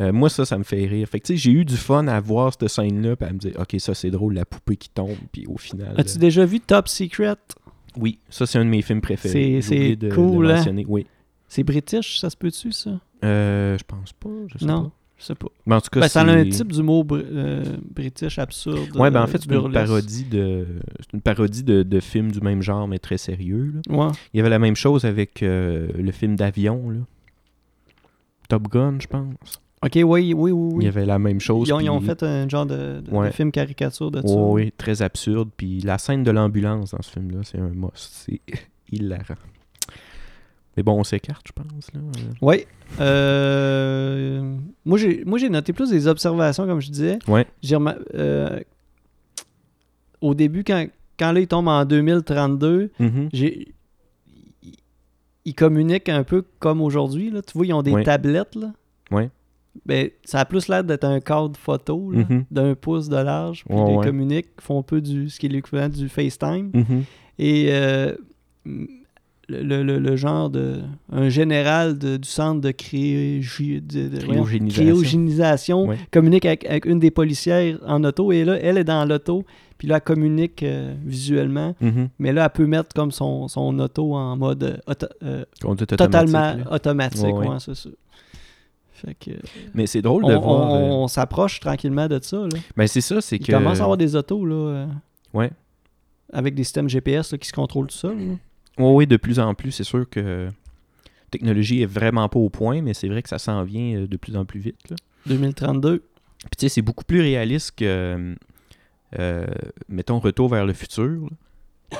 [SPEAKER 2] Euh, moi, ça, ça me fait rire. Fait que, tu sais, j'ai eu du fun à voir cette scène-là, puis à me dire, OK, ça, c'est drôle, la poupée qui tombe, puis au final...
[SPEAKER 1] As-tu
[SPEAKER 2] euh,
[SPEAKER 1] déjà vu Top Secret
[SPEAKER 2] Oui, ça, c'est un de mes films préférés.
[SPEAKER 1] C'est-
[SPEAKER 2] J'ai oublié
[SPEAKER 1] c'est
[SPEAKER 2] de- de
[SPEAKER 1] cool,
[SPEAKER 2] le
[SPEAKER 1] hein?
[SPEAKER 2] mentionner. Oui.
[SPEAKER 1] C'est british, ça se peut-tu, ça
[SPEAKER 2] Euh, je pense pas, je sais
[SPEAKER 1] Non,
[SPEAKER 2] pas.
[SPEAKER 1] je sais pas.
[SPEAKER 2] Mais en tout cas,
[SPEAKER 1] Ben, ça a un
[SPEAKER 2] c'est-
[SPEAKER 1] type d'humour br- euh, british absurde.
[SPEAKER 2] Ouais, ben en
[SPEAKER 1] euh,
[SPEAKER 2] fait, c'est une
[SPEAKER 1] burlesque.
[SPEAKER 2] parodie de, c'est une parodie de, de films du même genre, mais très sérieux. là.
[SPEAKER 1] Ouais.
[SPEAKER 2] Il y avait la même chose avec euh, le film d'avion, là. Top Gun, je pense.
[SPEAKER 1] Ok, oui, oui, oui. oui.
[SPEAKER 2] Il y avait la même chose.
[SPEAKER 1] Ils ont, ils ont
[SPEAKER 2] puis-
[SPEAKER 1] fait un genre de, de- de
[SPEAKER 2] Ouais.
[SPEAKER 1] film caricature de ça.
[SPEAKER 2] Ouais, ouais, très absurde. Puis la scène de l'ambulance dans ce film-là, c'est un must. C'est hilarant. Mais bon, on s'écarte, je pense. Là. Euh,
[SPEAKER 1] Oui. Euh, moi, j'ai moi, j'ai noté plus des observations, comme je disais.
[SPEAKER 2] Ouais.
[SPEAKER 1] J'ai remar- euh, au début, quand, quand là, il tombe en 2032,
[SPEAKER 2] mhm.
[SPEAKER 1] Mm-hmm. j'ai il- il communique un peu comme aujourd'hui. là. Tu vois, ils ont des
[SPEAKER 2] Ouais.
[SPEAKER 1] tablettes. Là.
[SPEAKER 2] Ouais.
[SPEAKER 1] Ben, ça a plus l'air d'être un cadre photo là,
[SPEAKER 2] Mhm.
[SPEAKER 1] d'un pouce de large. Puis
[SPEAKER 2] Ouais,
[SPEAKER 1] ils
[SPEAKER 2] ouais.
[SPEAKER 1] communiquent, font un peu du, ce qui est l'équivalent du FaceTime.
[SPEAKER 2] Mhm.
[SPEAKER 1] Et euh, le, le- le- le genre de. Un général de- du centre de, cryogi- de- de- voyons,
[SPEAKER 2] Cryogénisation.
[SPEAKER 1] cryogénisation
[SPEAKER 2] Ouais.
[SPEAKER 1] communique avec, avec une des policières en auto. Et là, elle est dans l'auto. Puis là, elle communique euh, visuellement.
[SPEAKER 2] Mhm.
[SPEAKER 1] Mais là, elle peut mettre comme son, son auto en mode euh, auto- euh,
[SPEAKER 2] Conduite
[SPEAKER 1] totalement
[SPEAKER 2] automatique, là.
[SPEAKER 1] automatique.
[SPEAKER 2] Ouais, ouais.
[SPEAKER 1] ouais, c'est ça. Fait que,
[SPEAKER 2] Mais c'est drôle
[SPEAKER 1] on
[SPEAKER 2] de voir.
[SPEAKER 1] on-
[SPEAKER 2] euh,
[SPEAKER 1] on s'approche tranquillement de ça. Là.
[SPEAKER 2] Ben c'est ça, c'est
[SPEAKER 1] Il
[SPEAKER 2] que.
[SPEAKER 1] commence à avoir des autos là, euh,
[SPEAKER 2] Ouais.
[SPEAKER 1] avec des systèmes GPS là, qui se contrôlent tout seuls. là.
[SPEAKER 2] Oui, oui, de plus en plus, c'est sûr que la technologie est vraiment pas au point, mais c'est vrai que ça s'en vient euh, de plus en plus vite. là.
[SPEAKER 1] 2032.
[SPEAKER 2] Puis tu sais, c'est beaucoup plus réaliste que, euh, euh, mettons, Retour vers le futur. là.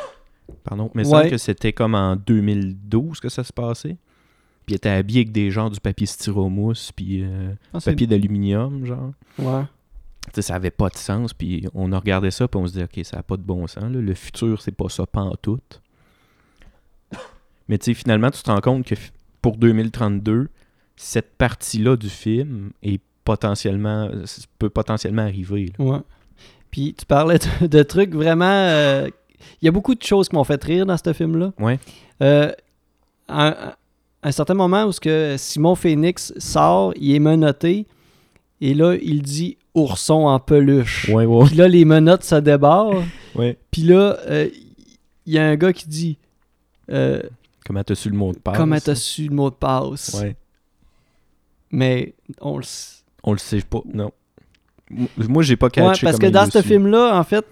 [SPEAKER 2] Pardon, mais il me semble
[SPEAKER 1] Ouais.
[SPEAKER 2] que c'était comme en 2012 que ça se passait. Puis il était habillé avec des genres du papier styromousse, puis euh,
[SPEAKER 1] Ah, c'est-
[SPEAKER 2] papier d'aluminium, genre.
[SPEAKER 1] Ouais.
[SPEAKER 2] Tu sais, ça avait pas de sens, puis on a regardé ça, puis on se dit, OK, ça n'a pas de bon sens, là. le futur, c'est pas ça pantoute. Mais tu sais, finalement, tu te rends compte que f- pour 2032, cette partie-là du film est potentiellement, c- peut potentiellement arriver. là.
[SPEAKER 1] Ouais. Puis tu parlais de, de trucs vraiment. euh, Il y a beaucoup de choses qui m'ont fait rire dans ce film-là.
[SPEAKER 2] Ouais.
[SPEAKER 1] Euh, un, à un certain moment où ce que Simon Phoenix sort, il est menotté, et là, il dit ourson en peluche.
[SPEAKER 2] Ouais, ouais.
[SPEAKER 1] Puis là, les menottes, ça débarre.
[SPEAKER 2] ouais.
[SPEAKER 1] Puis là, euh, il y a un gars qui dit euh,
[SPEAKER 2] Comment t'as su le mot de passe?
[SPEAKER 1] Comment t'as su le mot de passe
[SPEAKER 2] Ouais.
[SPEAKER 1] Mais on le s-
[SPEAKER 2] On le sait pas, non. M- Moi, j'ai pas
[SPEAKER 1] Ouais,
[SPEAKER 2] catché
[SPEAKER 1] parce que
[SPEAKER 2] comment
[SPEAKER 1] dans
[SPEAKER 2] il
[SPEAKER 1] ce
[SPEAKER 2] le suit.
[SPEAKER 1] film-là, en fait,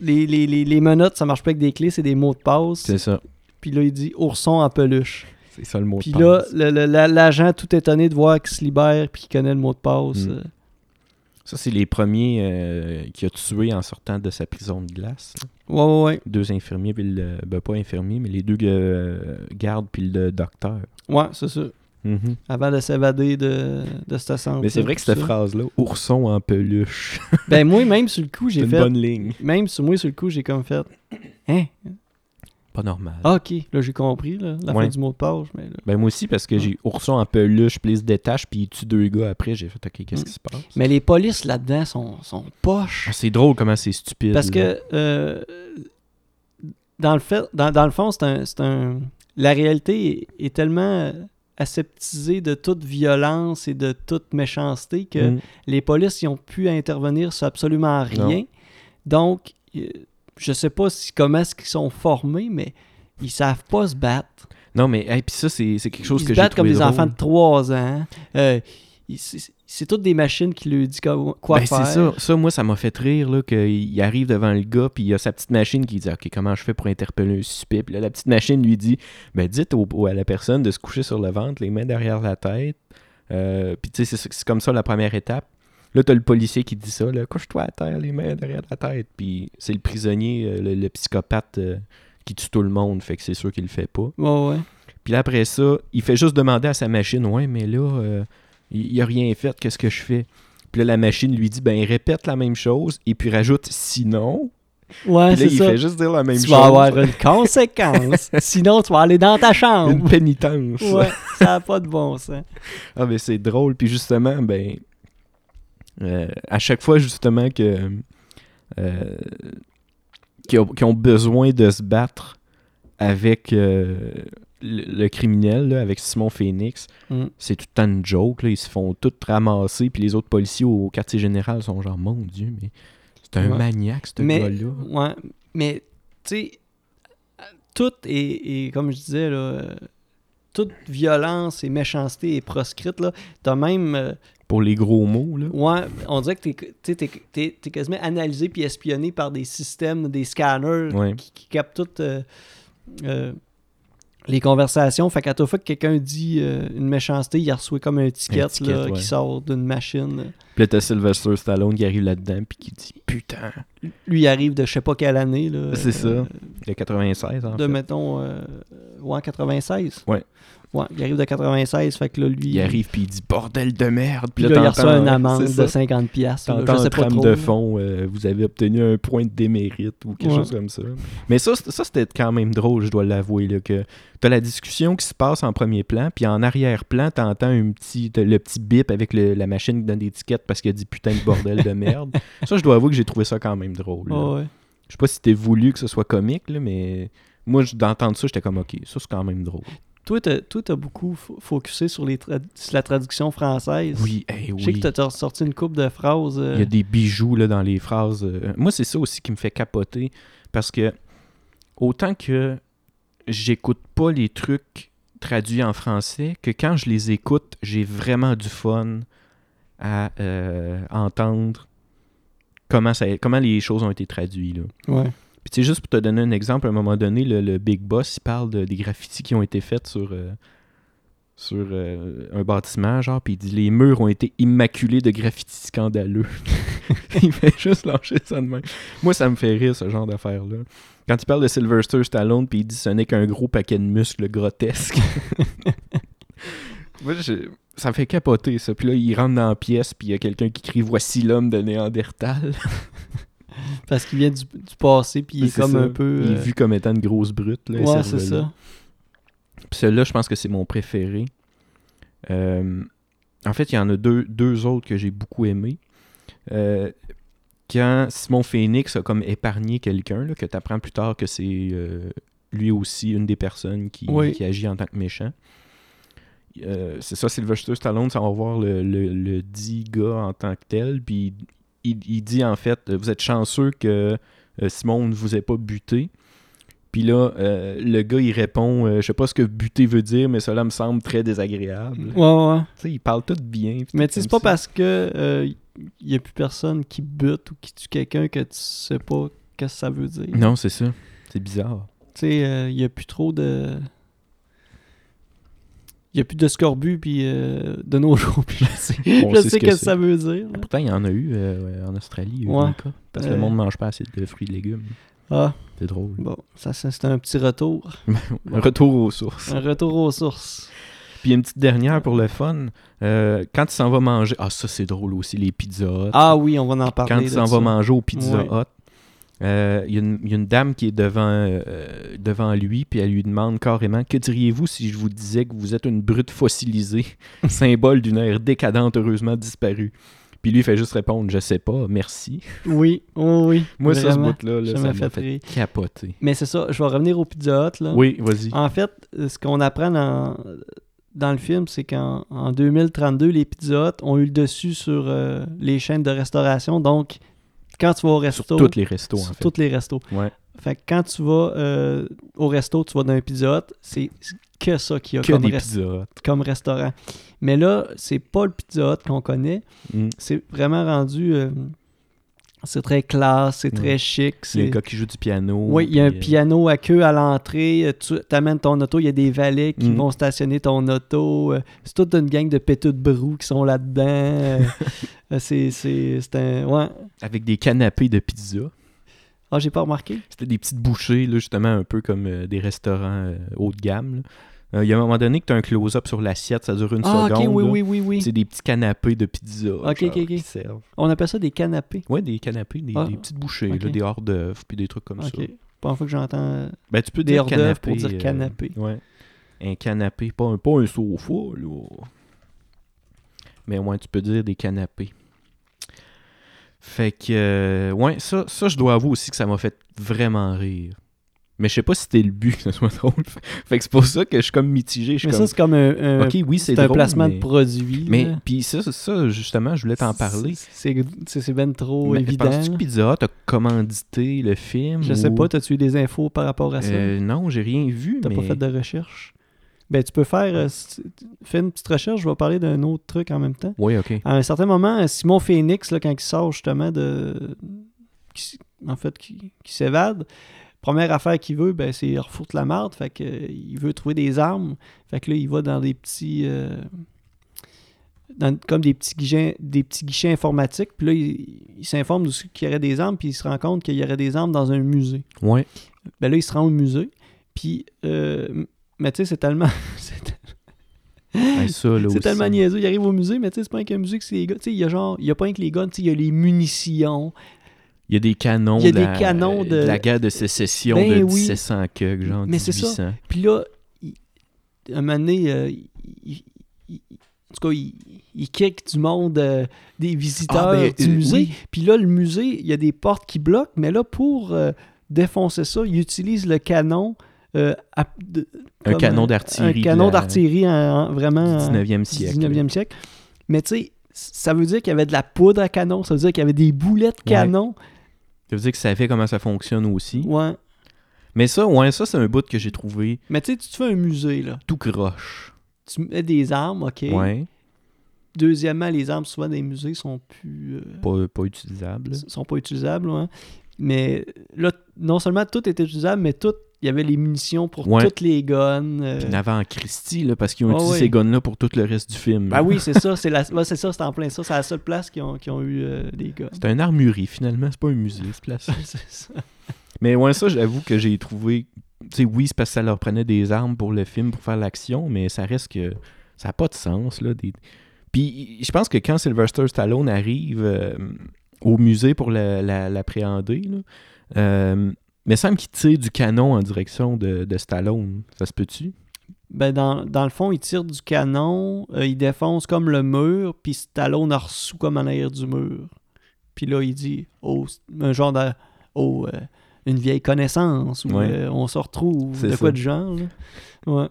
[SPEAKER 1] les, les, les, les menottes, ça marche pas avec des clés, c'est des mots de passe.
[SPEAKER 2] C'est ça.
[SPEAKER 1] Puis là, il dit ourson en peluche.
[SPEAKER 2] C'est ça le mot
[SPEAKER 1] Puis
[SPEAKER 2] de
[SPEAKER 1] là,
[SPEAKER 2] passe.
[SPEAKER 1] le- le- la- l'agent tout étonné de voir qu'il se libère puis qu'il connaît le mot de passe.
[SPEAKER 2] Mm.
[SPEAKER 1] euh.
[SPEAKER 2] Ça, c'est les premiers euh, qu'il a tués en sortant de sa prison de glace. là.
[SPEAKER 1] Ouais, ouais, ouais.
[SPEAKER 2] Deux infirmiers, puis le, ben, pas infirmiers, mais les deux euh, gardes, puis le docteur.
[SPEAKER 1] Ouais, c'est ça.
[SPEAKER 2] Mhm.
[SPEAKER 1] Avant de s'évader de, de ce centre.
[SPEAKER 2] Mais c'est vrai que cette phrase-là, ourson en peluche,
[SPEAKER 1] Ben moi, même sur le coup,
[SPEAKER 2] c'est
[SPEAKER 1] j'ai
[SPEAKER 2] une
[SPEAKER 1] fait...
[SPEAKER 2] bonne ligne.
[SPEAKER 1] Même sur moi, sur le coup, j'ai comme fait... Hein?
[SPEAKER 2] Pas normal.
[SPEAKER 1] Ah, ok. Là, j'ai compris, là, la
[SPEAKER 2] Ouais.
[SPEAKER 1] fin du mot de passe. Mais là...
[SPEAKER 2] Ben moi aussi, parce
[SPEAKER 1] Ah.
[SPEAKER 2] que j'ai ourson en peluche, puis il se détache, puis il tue deux gars après. J'ai fait, OK, qu'est-ce qui se passe?
[SPEAKER 1] Mm. Mais les polices là-dedans sont, sont poches.
[SPEAKER 2] Ah, c'est drôle comment c'est stupide.
[SPEAKER 1] Parce
[SPEAKER 2] là.
[SPEAKER 1] que euh, dans, le fait, dans, dans le fond, c'est un, c'est un- La réalité est, est tellement euh, aseptisée de toute violence et de toute méchanceté que
[SPEAKER 2] Mm.
[SPEAKER 1] les polices ils ont pu intervenir sur absolument rien.
[SPEAKER 2] Non.
[SPEAKER 1] Donc, euh, je sais pas si, comment est-ce qu'ils sont formés, mais ils savent pas se battre.
[SPEAKER 2] Non, mais hey, puis ça, c'est c'est quelque chose
[SPEAKER 1] ils
[SPEAKER 2] que
[SPEAKER 1] se
[SPEAKER 2] j'ai
[SPEAKER 1] battent comme
[SPEAKER 2] trouvé
[SPEAKER 1] des
[SPEAKER 2] drôle.
[SPEAKER 1] enfants de 3 ans. Euh, ils- c'est c'est toutes des machines qui lui disent quoi, quoi
[SPEAKER 2] Ben,
[SPEAKER 1] faire.
[SPEAKER 2] c'est ça. Ça, moi, ça m'a fait rire, là, qu'il arrive devant le gars, puis il y a sa petite machine qui dit, OK, comment je fais pour interpeller un suspect? Puis là, la petite machine lui dit, ben, dites au- au- à la personne de se coucher sur le ventre, les mains derrière la tête. Euh, puis, tu sais, c'est- c'est comme ça la première étape. Là, t'as le policier qui dit ça, là, couche-toi à terre, les mains derrière la tête. Puis, c'est le prisonnier, euh, le, le psychopathe euh, qui tue tout le monde, fait que c'est sûr qu'il le fait pas.
[SPEAKER 1] Ouais, ouais.
[SPEAKER 2] Puis là, après ça, il fait juste demander à sa machine Ouais, mais là, euh, il n'a rien fait, qu'est-ce que je fais Puis là, la machine lui dit Ben, répète la même chose, et puis rajoute Sinon.
[SPEAKER 1] Ouais,
[SPEAKER 2] Puis là,
[SPEAKER 1] c'est
[SPEAKER 2] il
[SPEAKER 1] ça.
[SPEAKER 2] fait juste dire la même
[SPEAKER 1] tu
[SPEAKER 2] chose.
[SPEAKER 1] vas avoir une conséquence. Sinon, tu vas aller dans ta
[SPEAKER 2] Une
[SPEAKER 1] chambre.
[SPEAKER 2] pénitence.
[SPEAKER 1] Ouais, ça n'a pas de bon sens.
[SPEAKER 2] Ah, mais c'est drôle. Puis justement, ben, euh, à chaque fois, justement, que. euh, qui, ont, qui ont besoin de se battre avec euh, le, le criminel, là, avec Simon Phoenix,
[SPEAKER 1] Mm.
[SPEAKER 2] c'est tout le temps une joke. Là. Ils se font tout ramasser, puis les autres policiers au quartier général sont genre, mon Dieu, mais c'est un
[SPEAKER 1] Ouais.
[SPEAKER 2] maniaque, ce
[SPEAKER 1] Mais-
[SPEAKER 2] gars-là.
[SPEAKER 1] Ouais, mais tu sais, tout est, est, comme je disais, là, euh, toute violence et méchanceté est proscrite. là. T'as même, euh,
[SPEAKER 2] Pour les gros mots, là.
[SPEAKER 1] ouais, on dirait que t'es- tu sais, t'es t'es- t'es quasiment analysé puis espionné par des systèmes, des scanners
[SPEAKER 2] Ouais.
[SPEAKER 1] qui, qui captent toutes euh, euh, les conversations. Fait qu'à tout fois que quelqu'un dit euh, une méchanceté, il reçoit comme un ticket,
[SPEAKER 2] Un ticket,
[SPEAKER 1] là,
[SPEAKER 2] ouais.
[SPEAKER 1] qui sort d'une machine.
[SPEAKER 2] Puis là, t'as Sylvester Stallone qui arrive là-dedans, puis qui dit, putain,
[SPEAKER 1] lui il arrive de je sais pas quelle année là.
[SPEAKER 2] C'est ça,
[SPEAKER 1] euh,
[SPEAKER 2] il a 96, en
[SPEAKER 1] de
[SPEAKER 2] fait.
[SPEAKER 1] mettons euh, ouais, 96.
[SPEAKER 2] Ouais.
[SPEAKER 1] Ouais, il arrive de 96 fait que là lui
[SPEAKER 2] Il arrive puis il dit bordel de merde.
[SPEAKER 1] puis là, il
[SPEAKER 2] t'entends-
[SPEAKER 1] reçoit une amende
[SPEAKER 2] c'est ça.
[SPEAKER 1] de 50 pièces,
[SPEAKER 2] T'entends
[SPEAKER 1] je
[SPEAKER 2] un
[SPEAKER 1] sais pas
[SPEAKER 2] trame
[SPEAKER 1] trop.
[SPEAKER 2] de
[SPEAKER 1] là.
[SPEAKER 2] fond, euh, vous avez obtenu un point de démérite ou quelque
[SPEAKER 1] Ouais.
[SPEAKER 2] chose comme ça. Mais ça, c- ça c'était quand même drôle, je dois l'avouer. Là, que t'as la discussion qui se passe en premier plan, puis en arrière-plan, t'entends un petit, t'as le petit bip avec le- la machine qui donne des tickets parce qu'elle dit putain de bordel de merde. Ça, je dois avouer que j'ai trouvé ça quand même drôle. là.
[SPEAKER 1] Ouais, ouais.
[SPEAKER 2] Je sais pas si t'es voulu que ce soit comique, là, mais moi, je- d'entendre ça, j'étais comme ok, ça c'est quand même drôle.
[SPEAKER 1] Toi t'as toi, t'as beaucoup fo- focusé sur les trad- sur la traduction française.
[SPEAKER 2] Oui,
[SPEAKER 1] Je
[SPEAKER 2] eh
[SPEAKER 1] sais
[SPEAKER 2] oui.
[SPEAKER 1] que t'as- t'as sorti une coupe de phrases euh,
[SPEAKER 2] Il y a des bijoux là, dans les phrases. euh. Moi, c'est ça aussi qui me fait capoter. Parce que autant que j'écoute pas les trucs traduits en français, que quand je les écoute, j'ai vraiment du fun à euh, entendre comment, ça, comment les choses ont été traduites. Là.
[SPEAKER 1] ouais.
[SPEAKER 2] Puis tu sais, juste pour te donner un exemple, à un moment donné, le, le Big Boss, il parle de- des graffitis qui ont été faits sur, euh, sur euh, un bâtiment, genre, puis il dit « Les murs ont été immaculés de graffitis scandaleux. » Il fait juste lâcher ça de même. Moi, ça me fait rire, ce genre d'affaire-là. Quand il parle de Sylvester Stallone, puis il dit « Ce n'est qu'un gros paquet de muscles grotesques. » Moi, je- ça me fait capoter, ça. Puis là, il rentre dans la pièce, puis il y a quelqu'un qui crie « Voici l'homme de Néandertal.
[SPEAKER 1] parce qu'il vient du, du passé puis il est
[SPEAKER 2] C'est
[SPEAKER 1] comme
[SPEAKER 2] ça.
[SPEAKER 1] un peu
[SPEAKER 2] Il est
[SPEAKER 1] euh,
[SPEAKER 2] vu comme étant une grosse brute, là,
[SPEAKER 1] Ouais,
[SPEAKER 2] ce
[SPEAKER 1] c'est
[SPEAKER 2] cerveau-là.
[SPEAKER 1] ça.
[SPEAKER 2] Puis celui-là, je pense que c'est mon préféré. Euh, en fait, il y en a deux, deux autres que j'ai beaucoup aimés. Euh, quand Simon Phoenix a comme épargné quelqu'un, là, que tu apprends plus tard que c'est euh, lui aussi une des personnes qui,
[SPEAKER 1] Oui.
[SPEAKER 2] qui agit en tant que méchant. euh, c'est ça, Sylvester Stallone, ça va voir le, le, le dit gars en tant que tel, puis il, il dit en fait, euh, vous êtes chanceux que euh, Simon ne vous ait pas buté. Puis là, euh, le gars, il répond, euh, je sais pas ce que buter veut dire, mais cela me semble très désagréable.
[SPEAKER 1] Ouais, ouais. ouais.
[SPEAKER 2] Tu sais, il parle tout bien. pis
[SPEAKER 1] Mais
[SPEAKER 2] tout
[SPEAKER 1] tu sais, c'est
[SPEAKER 2] comme
[SPEAKER 1] pas
[SPEAKER 2] ça.
[SPEAKER 1] parce que euh, y a plus personne qui bute ou qui tue quelqu'un que tu sais pas qu'est-ce que ça veut dire.
[SPEAKER 2] Non, c'est ça. C'est bizarre.
[SPEAKER 1] Tu sais, euh, y a plus trop de. Y a plus de scorbut puis euh, de nos jours puis je sais,
[SPEAKER 2] On
[SPEAKER 1] je
[SPEAKER 2] sait ce
[SPEAKER 1] sais
[SPEAKER 2] que
[SPEAKER 1] qu'est-ce que
[SPEAKER 2] c'est.
[SPEAKER 1] ça veut dire.
[SPEAKER 2] Mais
[SPEAKER 1] là.
[SPEAKER 2] Pourtant, il y en a eu euh, ouais, en Australie, il y a eu
[SPEAKER 1] Ouais.
[SPEAKER 2] des cas, Parce que
[SPEAKER 1] Euh.
[SPEAKER 2] le monde mange pas assez de fruits et légumes.
[SPEAKER 1] Ah
[SPEAKER 2] C'est drôle.
[SPEAKER 1] bon, ça c'est c'est un petit retour,
[SPEAKER 2] Retour aux sources.
[SPEAKER 1] un retour aux sources.
[SPEAKER 2] Puis une petite dernière pour le fun. Euh, quand tu s'en vas manger. Ah, ça, c'est drôle aussi, les pizzas. Hut.
[SPEAKER 1] Ah oui, on va en parler.
[SPEAKER 2] quand tu
[SPEAKER 1] de
[SPEAKER 2] s'en
[SPEAKER 1] ça.
[SPEAKER 2] vas manger au Pizza
[SPEAKER 1] Ouais.
[SPEAKER 2] Hut, euh, il y, a une- il y a une dame qui est devant, euh, devant lui, puis elle lui demande carrément Que diriez-vous si je vous disais que vous êtes une brute fossilisée, symbole d'une ère décadente heureusement disparue Puis lui il fait juste répondre Je sais pas, merci.
[SPEAKER 1] Oui, oh oui.
[SPEAKER 2] Moi, ça, ce
[SPEAKER 1] vraiment,
[SPEAKER 2] bout-là, là,
[SPEAKER 1] ça
[SPEAKER 2] ça
[SPEAKER 1] m'a
[SPEAKER 2] m'a
[SPEAKER 1] fait
[SPEAKER 2] fait
[SPEAKER 1] rire.
[SPEAKER 2] capoter.
[SPEAKER 1] Mais c'est ça, je vais revenir au Pizza Hut là.
[SPEAKER 2] Oui, vas-y.
[SPEAKER 1] En fait, euh, ce qu'on apprend dans, dans le film, c'est qu'en en 2032, les Pizza Hut ont eu le dessus sur euh, les chaînes de restauration. Donc, quand tu vas au
[SPEAKER 2] Sur
[SPEAKER 1] resto,
[SPEAKER 2] tous les restos,
[SPEAKER 1] sur
[SPEAKER 2] en fait.
[SPEAKER 1] tous les restos.
[SPEAKER 2] Ouais.
[SPEAKER 1] Fait que quand tu vas euh, au resto, tu vas dans un Pizza Hut, c'est que ça qu'il y a
[SPEAKER 2] Que
[SPEAKER 1] comme,
[SPEAKER 2] des
[SPEAKER 1] rest-
[SPEAKER 2] Pizza Hut.
[SPEAKER 1] comme restaurant. Mais là, c'est pas le Pizza Hut qu'on connaît.
[SPEAKER 2] Mm.
[SPEAKER 1] C'est vraiment rendu... euh, c'est très classe, c'est
[SPEAKER 2] Ouais.
[SPEAKER 1] très chic.
[SPEAKER 2] Il y a
[SPEAKER 1] c'est
[SPEAKER 2] un gars qui joue du piano.
[SPEAKER 1] oui, il y a un
[SPEAKER 2] puis, euh,
[SPEAKER 1] piano à queue à l'entrée. euh, Tu amènes ton auto, il y a des valets qui
[SPEAKER 2] Mm.
[SPEAKER 1] vont stationner ton auto. euh, C'est toute une gang de pétus de brou qui sont là-dedans. euh, euh, c'est c'est- c'est un. Ouais.
[SPEAKER 2] Avec des canapés de pizza.
[SPEAKER 1] Ah, j'ai pas remarqué.
[SPEAKER 2] C'était des petites bouchées, là, justement, un peu comme euh, des restaurants euh, haut de gamme. là. Euh, Il y a un moment donné que tu as un close-up sur l'assiette, ça dure une
[SPEAKER 1] Ah,
[SPEAKER 2] seconde.
[SPEAKER 1] ok, oui,
[SPEAKER 2] là.
[SPEAKER 1] oui, oui, oui.
[SPEAKER 2] C'est des petits canapés de pizza.
[SPEAKER 1] Ok, ok, ok.
[SPEAKER 2] qui servent.
[SPEAKER 1] On appelle ça des canapés.
[SPEAKER 2] Ouais, des canapés, des,
[SPEAKER 1] Ah,
[SPEAKER 2] des petites bouchées,
[SPEAKER 1] ok.
[SPEAKER 2] là, des hors d'œuvre, puis des trucs comme
[SPEAKER 1] Ok.
[SPEAKER 2] ça.
[SPEAKER 1] Première fois que j'entends. euh,
[SPEAKER 2] Ben, tu peux
[SPEAKER 1] Des
[SPEAKER 2] dire
[SPEAKER 1] hors d'œuvre
[SPEAKER 2] canapé. euh,
[SPEAKER 1] pour dire canapé.
[SPEAKER 2] ouais. Un canapé, pas un, pas un sofa, là. Mais ouais, tu peux dire des canapés. Fait que, euh, ouais, ça, ça, je dois avouer aussi que ça m'a fait vraiment rire. Mais je sais pas si c'était le but que ce soit drôle. Fait que c'est pour ça que je suis comme mitigé. Je suis
[SPEAKER 1] Mais ça,
[SPEAKER 2] comme,
[SPEAKER 1] c'est comme un, un-
[SPEAKER 2] ok, oui, c'est
[SPEAKER 1] c'est un
[SPEAKER 2] drôle,
[SPEAKER 1] placement
[SPEAKER 2] mais-
[SPEAKER 1] de produit.
[SPEAKER 2] Mais,
[SPEAKER 1] là.
[SPEAKER 2] puis ça, ça, justement, je voulais t'en parler.
[SPEAKER 1] C'est c'est- c'est ben trop
[SPEAKER 2] Mais
[SPEAKER 1] évident.
[SPEAKER 2] Penses-tu que
[SPEAKER 1] là.
[SPEAKER 2] Pizza Hut a commandité le film?
[SPEAKER 1] Je sais
[SPEAKER 2] ou-
[SPEAKER 1] pas, t'as-tu eu des infos par rapport à ça?
[SPEAKER 2] Euh, non, j'ai rien vu,
[SPEAKER 1] T'as
[SPEAKER 2] mais...
[SPEAKER 1] pas fait de recherche? Ben, tu peux faire... euh, si- fais une petite recherche, je vais parler d'un autre truc en même temps.
[SPEAKER 2] Oui, ok.
[SPEAKER 1] À un certain moment, euh, Simon Phoenix, là, quand il sort justement de... qui s- en fait, qui, qui s'évade, première affaire qu'il veut, ben, c'est il refourte la marde, fait que, euh, il veut trouver des armes. Fait que là, il va dans des petits... euh, dans- comme des petits, guichets, des petits guichets informatiques. Puis là, il, il s'informe aussi qu'il y aurait des armes, puis il se rend compte qu'il y aurait des armes dans un musée.
[SPEAKER 2] Ouais.
[SPEAKER 1] Ben là, il se rend au musée. Puis, euh, mais tu sais, c'est tellement, c'est
[SPEAKER 2] Hey, ben ça, là,
[SPEAKER 1] c'est
[SPEAKER 2] aussi.
[SPEAKER 1] tellement niaiseux. Il arrive au musée, mais tu sais, c'est pas avec un musée que c'est les gars. Tu sais, il y a genre, il y a pas avec les gars, tu sais, il y a les munitions.
[SPEAKER 2] Il y a des canons,
[SPEAKER 1] Il y a
[SPEAKER 2] de
[SPEAKER 1] des
[SPEAKER 2] la,
[SPEAKER 1] canons de-
[SPEAKER 2] la guerre de sécession
[SPEAKER 1] Ben
[SPEAKER 2] de
[SPEAKER 1] oui.
[SPEAKER 2] 1700 que genre
[SPEAKER 1] Mais c'est
[SPEAKER 2] 1800.
[SPEAKER 1] ça. Puis là, il- un moment donné, euh, il- il- il- en tout cas, il, il kick du monde, euh, des visiteurs
[SPEAKER 2] Ah, ben,
[SPEAKER 1] du
[SPEAKER 2] euh,
[SPEAKER 1] musée.
[SPEAKER 2] oui.
[SPEAKER 1] Puis là, le musée, il y a des portes qui bloquent, mais là, pour euh, défoncer ça, il utilise le canon. euh, à- de-
[SPEAKER 2] Un
[SPEAKER 1] comme
[SPEAKER 2] canon d'artillerie.
[SPEAKER 1] Un
[SPEAKER 2] de
[SPEAKER 1] canon
[SPEAKER 2] la-
[SPEAKER 1] d'artillerie euh, en- en-
[SPEAKER 2] Du
[SPEAKER 1] vraiment. en-
[SPEAKER 2] 19e
[SPEAKER 1] du
[SPEAKER 2] siècle.
[SPEAKER 1] 19e siècle. Mais tu sais, ça veut dire qu'il y avait de la poudre à canon, ça veut dire qu'il y avait des boulettes
[SPEAKER 2] Ouais.
[SPEAKER 1] canon.
[SPEAKER 2] Ça veut dire que ça fait comment ça fonctionne aussi.
[SPEAKER 1] Ouais.
[SPEAKER 2] Mais ça, ouais, ça, c'est un bout que j'ai trouvé
[SPEAKER 1] Mais tu sais, tu te fais un musée, là.
[SPEAKER 2] tout croche.
[SPEAKER 1] Tu mets des armes, OK.
[SPEAKER 2] Ouais.
[SPEAKER 1] Deuxièmement, les armes, souvent, des musées sont plus... euh,
[SPEAKER 2] Pas, pas utilisable.
[SPEAKER 1] sont pas utilisables, ouais. Mais là, non seulement tout était utilisable, mais tout... Il y avait les munitions pour
[SPEAKER 2] Ouais.
[SPEAKER 1] toutes les guns. euh,
[SPEAKER 2] Puis avant Christie, là, parce qu'ils ont
[SPEAKER 1] Ah
[SPEAKER 2] utilisé
[SPEAKER 1] ouais.
[SPEAKER 2] ces guns-là pour tout le reste du film.
[SPEAKER 1] Ben oui, c'est ça, c'est la... ouais, c'est ça, c'est en plein ça. C'est la seule place qui ont, qui ont eu euh, des guns.
[SPEAKER 2] C'est un armurerie, finalement. C'est pas un musée, cette place.
[SPEAKER 1] C'est ça.
[SPEAKER 2] Mais ouais, ça, j'avoue que j'ai trouvé. Tu sais, oui, c'est parce que ça leur prenait des armes pour le film, pour faire l'action, mais ça reste que. Ça n'a pas de sens, là. Des... Puis je pense que quand Sylvester Stallone arrive euh, au musée pour la- la- l'appréhender, là, euh, mais semble qu'il tire du canon en direction de, de Stallone. Ça se peut-tu?
[SPEAKER 1] Ben dans, dans le fond, il tire du canon, euh, il défonce comme le mur, puis Stallone a reçu comme en arrière du mur. Puis là, il dit oh, c'est un genre de oh, euh, une vieille connaissance ou
[SPEAKER 2] Ouais.
[SPEAKER 1] euh, on se retrouve,
[SPEAKER 2] C'est
[SPEAKER 1] de
[SPEAKER 2] ça.
[SPEAKER 1] quoi de genre. là. Ouais.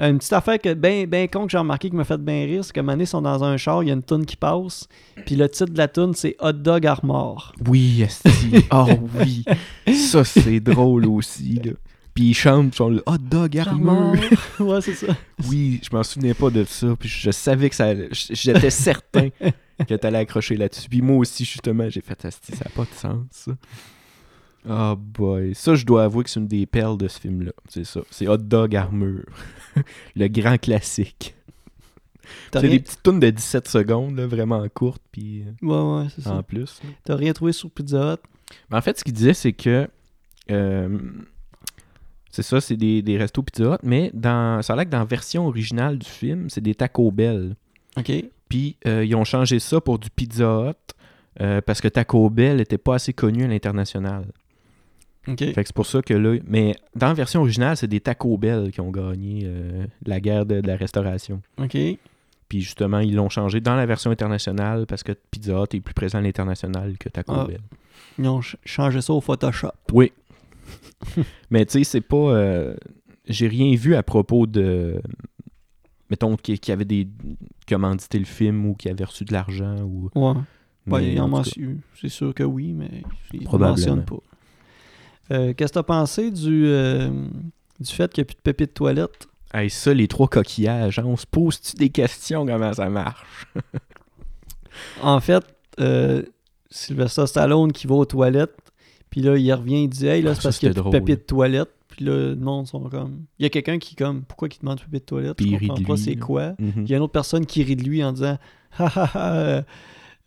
[SPEAKER 1] Euh, Une petite affaire que ben, ben con que j'ai remarqué qui m'a fait bien rire, c'est qu'à un moment donné, ils sont dans un char, il y a une toune qui passe, puis le titre de la toune, c'est Hot Dog Armor.
[SPEAKER 2] Oui, esti. Oh oui. Ça, c'est drôle aussi. Là. Puis ils chantent sur le hot dog armor.
[SPEAKER 1] ouais, c'est ça.
[SPEAKER 2] Oui, je m'en souvenais pas de ça. Puis je savais que ça. allait- j- J'étais certain que t'allais accrocher là-dessus. Puis moi aussi, justement, j'ai fait esti, ça n'a pas de sens. ça. Oh boy. Ça, je dois avouer que c'est une des perles de ce film-là. C'est ça. C'est hot dog armure. le grand classique.
[SPEAKER 1] T'as
[SPEAKER 2] C'est
[SPEAKER 1] rien...
[SPEAKER 2] des petites tunes de 17 secondes, là, vraiment courtes. Puis euh,
[SPEAKER 1] Ouais, ouais, c'est ça.
[SPEAKER 2] en plus. là.
[SPEAKER 1] T'as rien trouvé sur Pizza Hut.
[SPEAKER 2] Mais en fait, ce qu'il disait, c'est que. euh, c'est ça, c'est des, des restos Pizza Hut, mais dans, ça a l'air que dans la version originale du film, c'est des Taco Bell.
[SPEAKER 1] OK.
[SPEAKER 2] Puis euh, ils ont changé ça pour du Pizza Hut euh, parce que Taco Bell n'était pas assez connu à l'international.
[SPEAKER 1] OK.
[SPEAKER 2] Fait que c'est pour ça que là. Mais dans la version originale, c'est des Taco Bell qui ont gagné euh, la guerre de, de la restauration.
[SPEAKER 1] OK.
[SPEAKER 2] Puis justement, ils l'ont changé dans la version internationale parce que Pizza Hut est plus présent à l'international que Taco
[SPEAKER 1] Ah.
[SPEAKER 2] Bell.
[SPEAKER 1] Ils ont ch- changé ça au Photoshop.
[SPEAKER 2] Oui. Mais tu sais, c'est pas. euh, J'ai rien vu à propos de. Mettons, qui, qui avait des. commandité le film ou qui avait reçu de l'argent ou.
[SPEAKER 1] Ouais. Ben,
[SPEAKER 2] mais
[SPEAKER 1] ils en
[SPEAKER 2] en tout cas,
[SPEAKER 1] mentionnent- C'est sûr que oui, mais ils ne
[SPEAKER 2] Probablement.
[SPEAKER 1] mentionnent pas. Euh, Qu'est-ce que t'as pensé du, euh, du fait qu'il n'y a plus de papier de toilette?
[SPEAKER 2] hey, ça, les trois coquillages, hein, on se pose-tu des questions comment ça marche?
[SPEAKER 1] En fait, euh, Sylvester Stallone qui va aux toilettes, puis là, il revient, il dit Hey, là,
[SPEAKER 2] Ah,
[SPEAKER 1] c'est
[SPEAKER 2] ça,
[SPEAKER 1] parce qu'il y a
[SPEAKER 2] c'était
[SPEAKER 1] plus de
[SPEAKER 2] drôle.
[SPEAKER 1] papier de toilette. Puis là, le monde sont comme. Il y a quelqu'un qui, comme, pourquoi il demande du papier de toilette
[SPEAKER 2] Puis il
[SPEAKER 1] Je
[SPEAKER 2] rit de
[SPEAKER 1] comprends pas
[SPEAKER 2] lui,
[SPEAKER 1] c'est
[SPEAKER 2] là.
[SPEAKER 1] quoi.
[SPEAKER 2] Mhm.
[SPEAKER 1] Il y a une autre personne qui rit de lui en disant Ha ha ha, euh,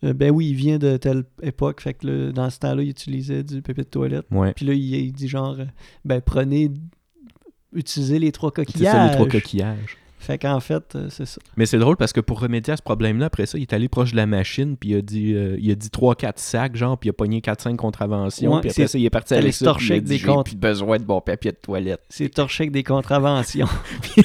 [SPEAKER 1] euh, ben oui, il vient de telle époque. Fait que là, dans ce temps-là, il utilisait du papier de toilette.
[SPEAKER 2] Ouais.
[SPEAKER 1] Puis là, il, il dit genre, euh, ben prenez, utilisez les trois
[SPEAKER 2] C'est
[SPEAKER 1] coquillages.
[SPEAKER 2] ça, les trois coquillages.
[SPEAKER 1] Fait qu'en fait, euh, c'est ça.
[SPEAKER 2] Mais c'est drôle parce que pour remédier à ce problème-là, après ça, il est allé proche de la machine, puis il a dit, euh, il a dit 3-4 sacs, genre, puis il a pogné 4-5 contraventions,
[SPEAKER 1] Ouais,
[SPEAKER 2] puis
[SPEAKER 1] c'est-
[SPEAKER 2] après ça, il est parti
[SPEAKER 1] t'allais
[SPEAKER 2] avec
[SPEAKER 1] se
[SPEAKER 2] ça, puis
[SPEAKER 1] torcher
[SPEAKER 2] il a
[SPEAKER 1] avec
[SPEAKER 2] dit,
[SPEAKER 1] des
[SPEAKER 2] j'ai
[SPEAKER 1] comptes.
[SPEAKER 2] plus besoin de bon papier de toilette.
[SPEAKER 1] C'est torché avec des contraventions.
[SPEAKER 2] Puis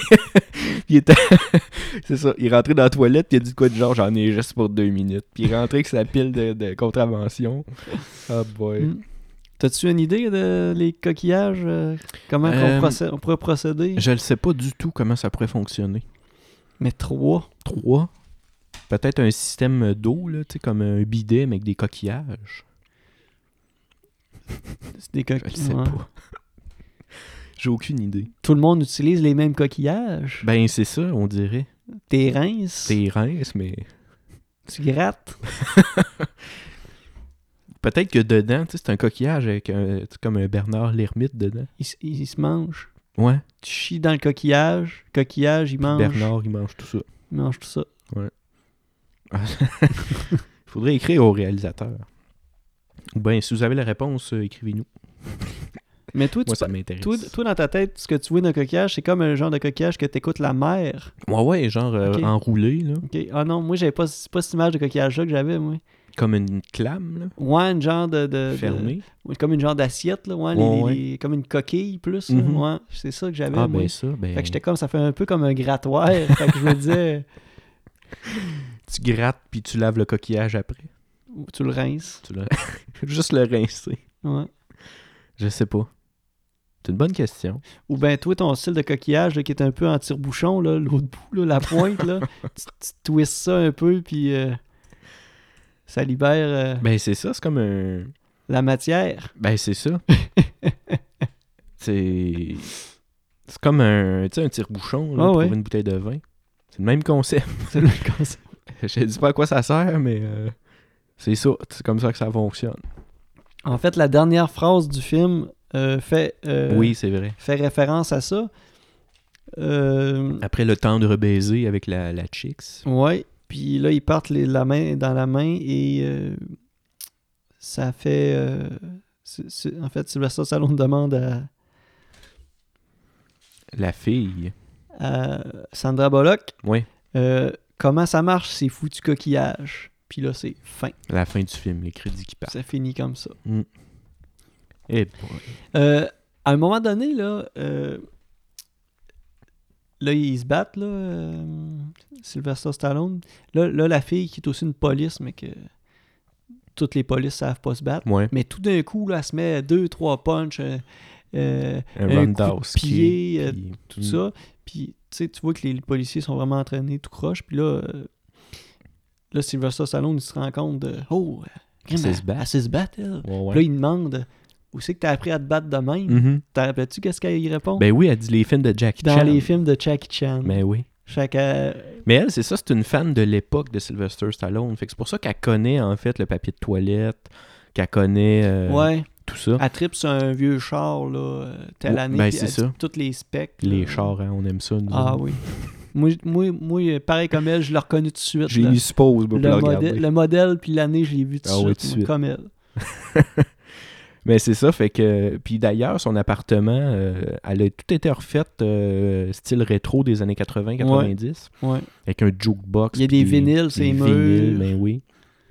[SPEAKER 2] il était. c'est ça. Il est rentré dans la toilette, puis il a dit quoi de genre, j'en ai juste pour deux minutes. Puis il est rentré avec sa pile de, de contraventions. Ah boy.
[SPEAKER 1] Mm. T'as-tu une idée de les coquillages? euh, comment qu'on
[SPEAKER 2] Euh,
[SPEAKER 1] procé- on pourrait procéder?
[SPEAKER 2] Je ne sais pas du tout comment ça pourrait fonctionner.
[SPEAKER 1] Mais trois.
[SPEAKER 2] Trois. Peut-être un système d'eau, là, tu sais, comme un bidet, mais avec des coquillages.
[SPEAKER 1] C'est des
[SPEAKER 2] Je ne
[SPEAKER 1] coquillages.
[SPEAKER 2] sais pas. J'ai aucune idée.
[SPEAKER 1] Tout le monde utilise les mêmes coquillages.
[SPEAKER 2] Ben, c'est ça, on dirait.
[SPEAKER 1] Tes rinces,
[SPEAKER 2] C'est rince, mais.
[SPEAKER 1] tu grattes.
[SPEAKER 2] Peut-être que dedans, tu sais, c'est un coquillage avec un. tu sais, comme un Bernard l'ermite dedans.
[SPEAKER 1] Ils, s- ils se mangent.
[SPEAKER 2] Ouais.
[SPEAKER 1] Tu chies dans le coquillage. Coquillage, il
[SPEAKER 2] Puis
[SPEAKER 1] mange.
[SPEAKER 2] Bernard, il mange tout ça.
[SPEAKER 1] Il mange tout ça.
[SPEAKER 2] Il faudrait écrire au réalisateur. Ou bien, si vous avez la réponse, euh, écrivez-nous.
[SPEAKER 1] Mais toi, tu,
[SPEAKER 2] Moi, ça
[SPEAKER 1] Toi,
[SPEAKER 2] m'intéresse.
[SPEAKER 1] toi, dans ta tête, ce que tu vois d'un coquillage, c'est comme un genre de coquillage que t'écoutes la mer.
[SPEAKER 2] Ouais, ouais, genre euh,
[SPEAKER 1] Ok.
[SPEAKER 2] enroulé, là.
[SPEAKER 1] Ok. Ah non, moi, j'avais pas, c'est pas cette image de coquillage-là que j'avais, moi.
[SPEAKER 2] Comme une clame,
[SPEAKER 1] Ouais, une genre de. de-
[SPEAKER 2] là,
[SPEAKER 1] de-
[SPEAKER 2] fermée.
[SPEAKER 1] ouais, comme une genre d'assiette, là. Ouais, les-
[SPEAKER 2] Ouais,
[SPEAKER 1] les- les- comme une coquille plus. là.
[SPEAKER 2] Mhm.
[SPEAKER 1] Ouais, c'est ça que j'avais,
[SPEAKER 2] Ah,
[SPEAKER 1] moi.
[SPEAKER 2] ben ça, ben.
[SPEAKER 1] euh, Fait que j'étais comme, ça fait un peu comme un grattoir. fait que je me disais,
[SPEAKER 2] Tu grattes, puis tu laves le coquillage après.
[SPEAKER 1] tu le rinces.
[SPEAKER 2] Tu le- Juste le rincer.
[SPEAKER 1] Ouais.
[SPEAKER 2] Je sais pas. C'est une bonne question.
[SPEAKER 1] Ou ben toi, ton style de coquillage là, qui est un peu en tire-bouchon, là, l'autre bout, là, la pointe, là, tu, tu twists ça un peu, puis euh, ça libère euh,
[SPEAKER 2] Ben, c'est ça, c'est comme un.
[SPEAKER 1] la matière.
[SPEAKER 2] Ben, c'est ça. c'est. C'est comme un, tu sais, un tire-bouchon là,
[SPEAKER 1] Ah
[SPEAKER 2] pour
[SPEAKER 1] ouais.
[SPEAKER 2] une bouteille de vin. C'est le même concept.
[SPEAKER 1] C'est le même concept.
[SPEAKER 2] Je dis pas à quoi ça sert, mais euh, c'est ça. C'est comme ça que ça fonctionne.
[SPEAKER 1] En fait, la dernière phrase du film euh, fait, euh,
[SPEAKER 2] oui, c'est vrai.
[SPEAKER 1] fait référence à ça. Euh,
[SPEAKER 2] Après le tendre baiser avec la, la chicks.
[SPEAKER 1] ouais. Puis là, ils partent les- la main dans la main et euh, ça fait. euh, c'est- c'est- en fait, Sylvester Stallone demande à,
[SPEAKER 2] La fille.
[SPEAKER 1] à Euh, Sandra Bullock
[SPEAKER 2] Oui,
[SPEAKER 1] euh, comment ça marche ces foutus coquillages. Puis là, c'est fin.
[SPEAKER 2] la fin du film, les crédits qui partent.
[SPEAKER 1] Ça finit comme ça.
[SPEAKER 2] Eh
[SPEAKER 1] Euh, à un moment donné, là, euh, là, ils se battent, là, euh, Sylvester Stallone. Là, là, la fille qui est aussi une police, mais que toutes les polices savent pas se battre.
[SPEAKER 2] boy. Ouais,
[SPEAKER 1] Mais tout d'un coup, là, elle se met deux, trois punches, euh, euh,
[SPEAKER 2] un
[SPEAKER 1] un coup de
[SPEAKER 2] roundhouse.
[SPEAKER 1] pied, euh,
[SPEAKER 2] qui-
[SPEAKER 1] tout
[SPEAKER 2] Mm.
[SPEAKER 1] ça. Puis, tu sais, tu vois que les, les policiers sont vraiment entraînés tout croche. Puis là, euh, là, Sylvester Stallone, il se rend compte de Oh,
[SPEAKER 2] Elle sait
[SPEAKER 1] elle-
[SPEAKER 2] se battre.
[SPEAKER 1] elle sait se battre, elle.
[SPEAKER 2] Ouais,
[SPEAKER 1] Puis là,
[SPEAKER 2] ouais.
[SPEAKER 1] il demande Où c'est que t'as appris à te battre de même
[SPEAKER 2] Mhm.
[SPEAKER 1] T'en rappelles-tu qu'est-ce qu'il répond
[SPEAKER 2] Ben oui, elle dit les films de Jackie
[SPEAKER 1] Dans
[SPEAKER 2] Chan.
[SPEAKER 1] les films de Jackie Chan.
[SPEAKER 2] Ben oui.
[SPEAKER 1] Fait que, euh,
[SPEAKER 2] Mais elle, c'est ça, c'est une fan de l'époque de Sylvester Stallone. Fait que c'est pour ça qu'elle connaît en fait le papier de toilette, qu'elle connaît euh,
[SPEAKER 1] ouais,
[SPEAKER 2] tout ça.
[SPEAKER 1] elle tripe sur un vieux char, là, euh, telle
[SPEAKER 2] Ouais,
[SPEAKER 1] année.
[SPEAKER 2] ben,
[SPEAKER 1] puis
[SPEAKER 2] c'est
[SPEAKER 1] elle
[SPEAKER 2] ça.
[SPEAKER 1] dit Toutes les specs. là.
[SPEAKER 2] Les chars, hein, on aime ça. nous
[SPEAKER 1] Euh, Ah
[SPEAKER 2] autres.
[SPEAKER 1] oui. moi, moi, moi, pareil comme elle, je l'ai reconnu tout de suite.
[SPEAKER 2] J'ai
[SPEAKER 1] là.
[SPEAKER 2] mis suppose pour
[SPEAKER 1] le,
[SPEAKER 2] le regarder.
[SPEAKER 1] modèle, le modèle, puis l'année, je l'ai vu tout de
[SPEAKER 2] Ah oui,
[SPEAKER 1] suite,
[SPEAKER 2] tout de
[SPEAKER 1] moi,
[SPEAKER 2] suite.
[SPEAKER 1] comme elle.
[SPEAKER 2] Mais c'est ça, fait que. Puis d'ailleurs, son appartement, euh, elle a tout été refaite euh, style rétro des années 80-90.
[SPEAKER 1] Ouais.
[SPEAKER 2] Avec un jukebox.
[SPEAKER 1] Il y a des
[SPEAKER 2] puis
[SPEAKER 1] vinyles, c'est
[SPEAKER 2] des
[SPEAKER 1] mûr.
[SPEAKER 2] vinyles, ben oui.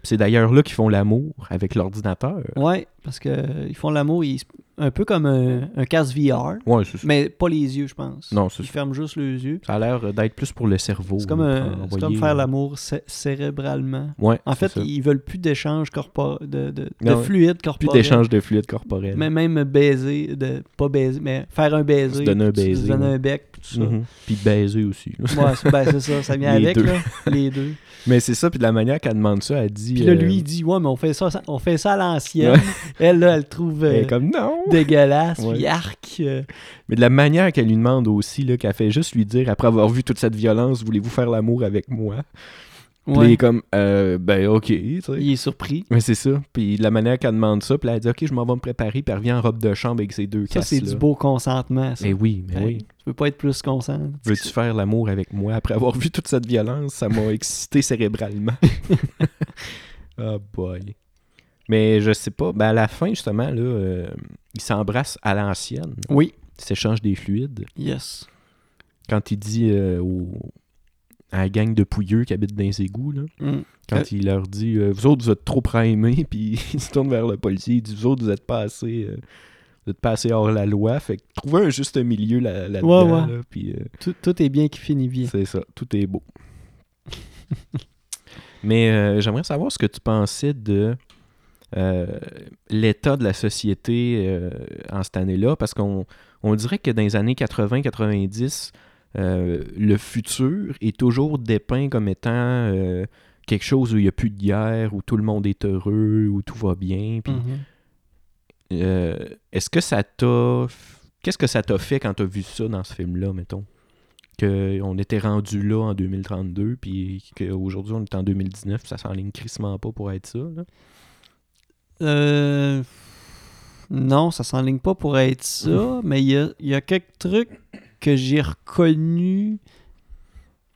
[SPEAKER 2] Puis C'est d'ailleurs là qu'ils font l'amour avec l'ordinateur.
[SPEAKER 1] Ouais, parce que euh, ils font l'amour, ils se- un peu comme un, un casque VR,
[SPEAKER 2] Ouais, c'est ça.
[SPEAKER 1] mais pas les yeux, je pense.
[SPEAKER 2] Non, c'est
[SPEAKER 1] Ils
[SPEAKER 2] ça.
[SPEAKER 1] ferment juste les yeux.
[SPEAKER 2] Ça a l'air d'être plus pour le cerveau.
[SPEAKER 1] C'est comme,
[SPEAKER 2] là,
[SPEAKER 1] un-
[SPEAKER 2] pour
[SPEAKER 1] c'est
[SPEAKER 2] envoyer- euh,
[SPEAKER 1] comme faire l'amour cé- cérébralement.
[SPEAKER 2] Ouais.
[SPEAKER 1] En
[SPEAKER 2] c'est
[SPEAKER 1] fait,
[SPEAKER 2] ça.
[SPEAKER 1] ils veulent plus d'échange corporel, de, de, de
[SPEAKER 2] Non,
[SPEAKER 1] fluide
[SPEAKER 2] plus
[SPEAKER 1] corporel.
[SPEAKER 2] d'échange de fluide corporel.
[SPEAKER 1] Mais même baiser, de, pas baiser, mais faire un baiser.
[SPEAKER 2] Se donner un
[SPEAKER 1] puis se
[SPEAKER 2] baiser,
[SPEAKER 1] donner
[SPEAKER 2] ouais.
[SPEAKER 1] un bec, puis tout ça.
[SPEAKER 2] Mhm. Puis baiser aussi. là.
[SPEAKER 1] Ouais, c'est ben, c'est ça, ça vient
[SPEAKER 2] Les
[SPEAKER 1] avec,
[SPEAKER 2] deux.
[SPEAKER 1] là, les deux.
[SPEAKER 2] Mais c'est ça, puis de la manière qu'elle demande ça, elle dit.
[SPEAKER 1] Puis là,
[SPEAKER 2] euh,
[SPEAKER 1] lui, il dit, ouais, mais on fait ça, on fait ça à l'ancienne. Elle, là, elle trouve
[SPEAKER 2] elle
[SPEAKER 1] euh,
[SPEAKER 2] est comme non.
[SPEAKER 1] dégueulasse,
[SPEAKER 2] Ouais.
[SPEAKER 1] puis arc. euh,
[SPEAKER 2] Mais de la manière qu'elle lui demande aussi, là, qu'elle fait juste lui dire après avoir vu toute cette violence, voulez-vous faire l'amour avec moi Puis là,
[SPEAKER 1] ouais.
[SPEAKER 2] il est comme Euh, ben ok, tu sais.
[SPEAKER 1] Il est surpris.
[SPEAKER 2] Mais c'est ça. Puis de la manière qu'elle demande ça, puis là, elle dit ok, je m'en vais me préparer, puis elle revient en robe de chambre avec ses deux
[SPEAKER 1] Ça, c'est
[SPEAKER 2] casses-là.
[SPEAKER 1] du beau consentement, ça.
[SPEAKER 2] Mais oui, mais
[SPEAKER 1] Ben,
[SPEAKER 2] oui.
[SPEAKER 1] Tu peux pas être plus consent.
[SPEAKER 2] Veux-tu faire l'amour avec moi après avoir vu toute cette violence? Ça m'a excité cérébralement. oh boy. Mais je sais pas. Ben à la fin, justement, là, euh, il s'embrasse à l'ancienne.
[SPEAKER 1] Oui.
[SPEAKER 2] Il s'échange des fluides.
[SPEAKER 1] Yes.
[SPEAKER 2] Quand il dit euh, au- à la gang de pouilleux qui habitent dans les égouts, là,
[SPEAKER 1] Mm.
[SPEAKER 2] quand
[SPEAKER 1] Euh.
[SPEAKER 2] il leur dit euh, Vous autres, vous êtes trop primés, puis il se tourne vers le policier. Il dit Vous autres, vous êtes pas assez. euh, vous êtes pas assez hors la loi, fait que trouvez un juste milieu là- là-dedans.
[SPEAKER 1] Ouais, ouais.
[SPEAKER 2] là, puis, euh,
[SPEAKER 1] Tout, tout est bien qui finit bien.
[SPEAKER 2] c'est ça, tout est beau. Mais euh, j'aimerais savoir ce que tu pensais de euh, l'état de la société euh, en cette année-là, parce qu'on on dirait que dans les années 80-90, euh, le futur est toujours dépeint comme étant euh, quelque chose où il n'y a plus de guerre, où tout le monde est heureux, où tout va bien. puis,
[SPEAKER 1] Mhm.
[SPEAKER 2] euh, Est-ce que ça t'a. Qu'est-ce que ça t'a fait quand t'as vu ça dans ce film-là, mettons Qu'on était rendu là en 2032, puis qu'aujourd'hui on est en 2019, puis ça s'enligne crissement pas pour être ça. là.
[SPEAKER 1] Euh, Non, ça s'enligne pas pour être ça, mais il y a, il y a quelques trucs que j'ai reconnus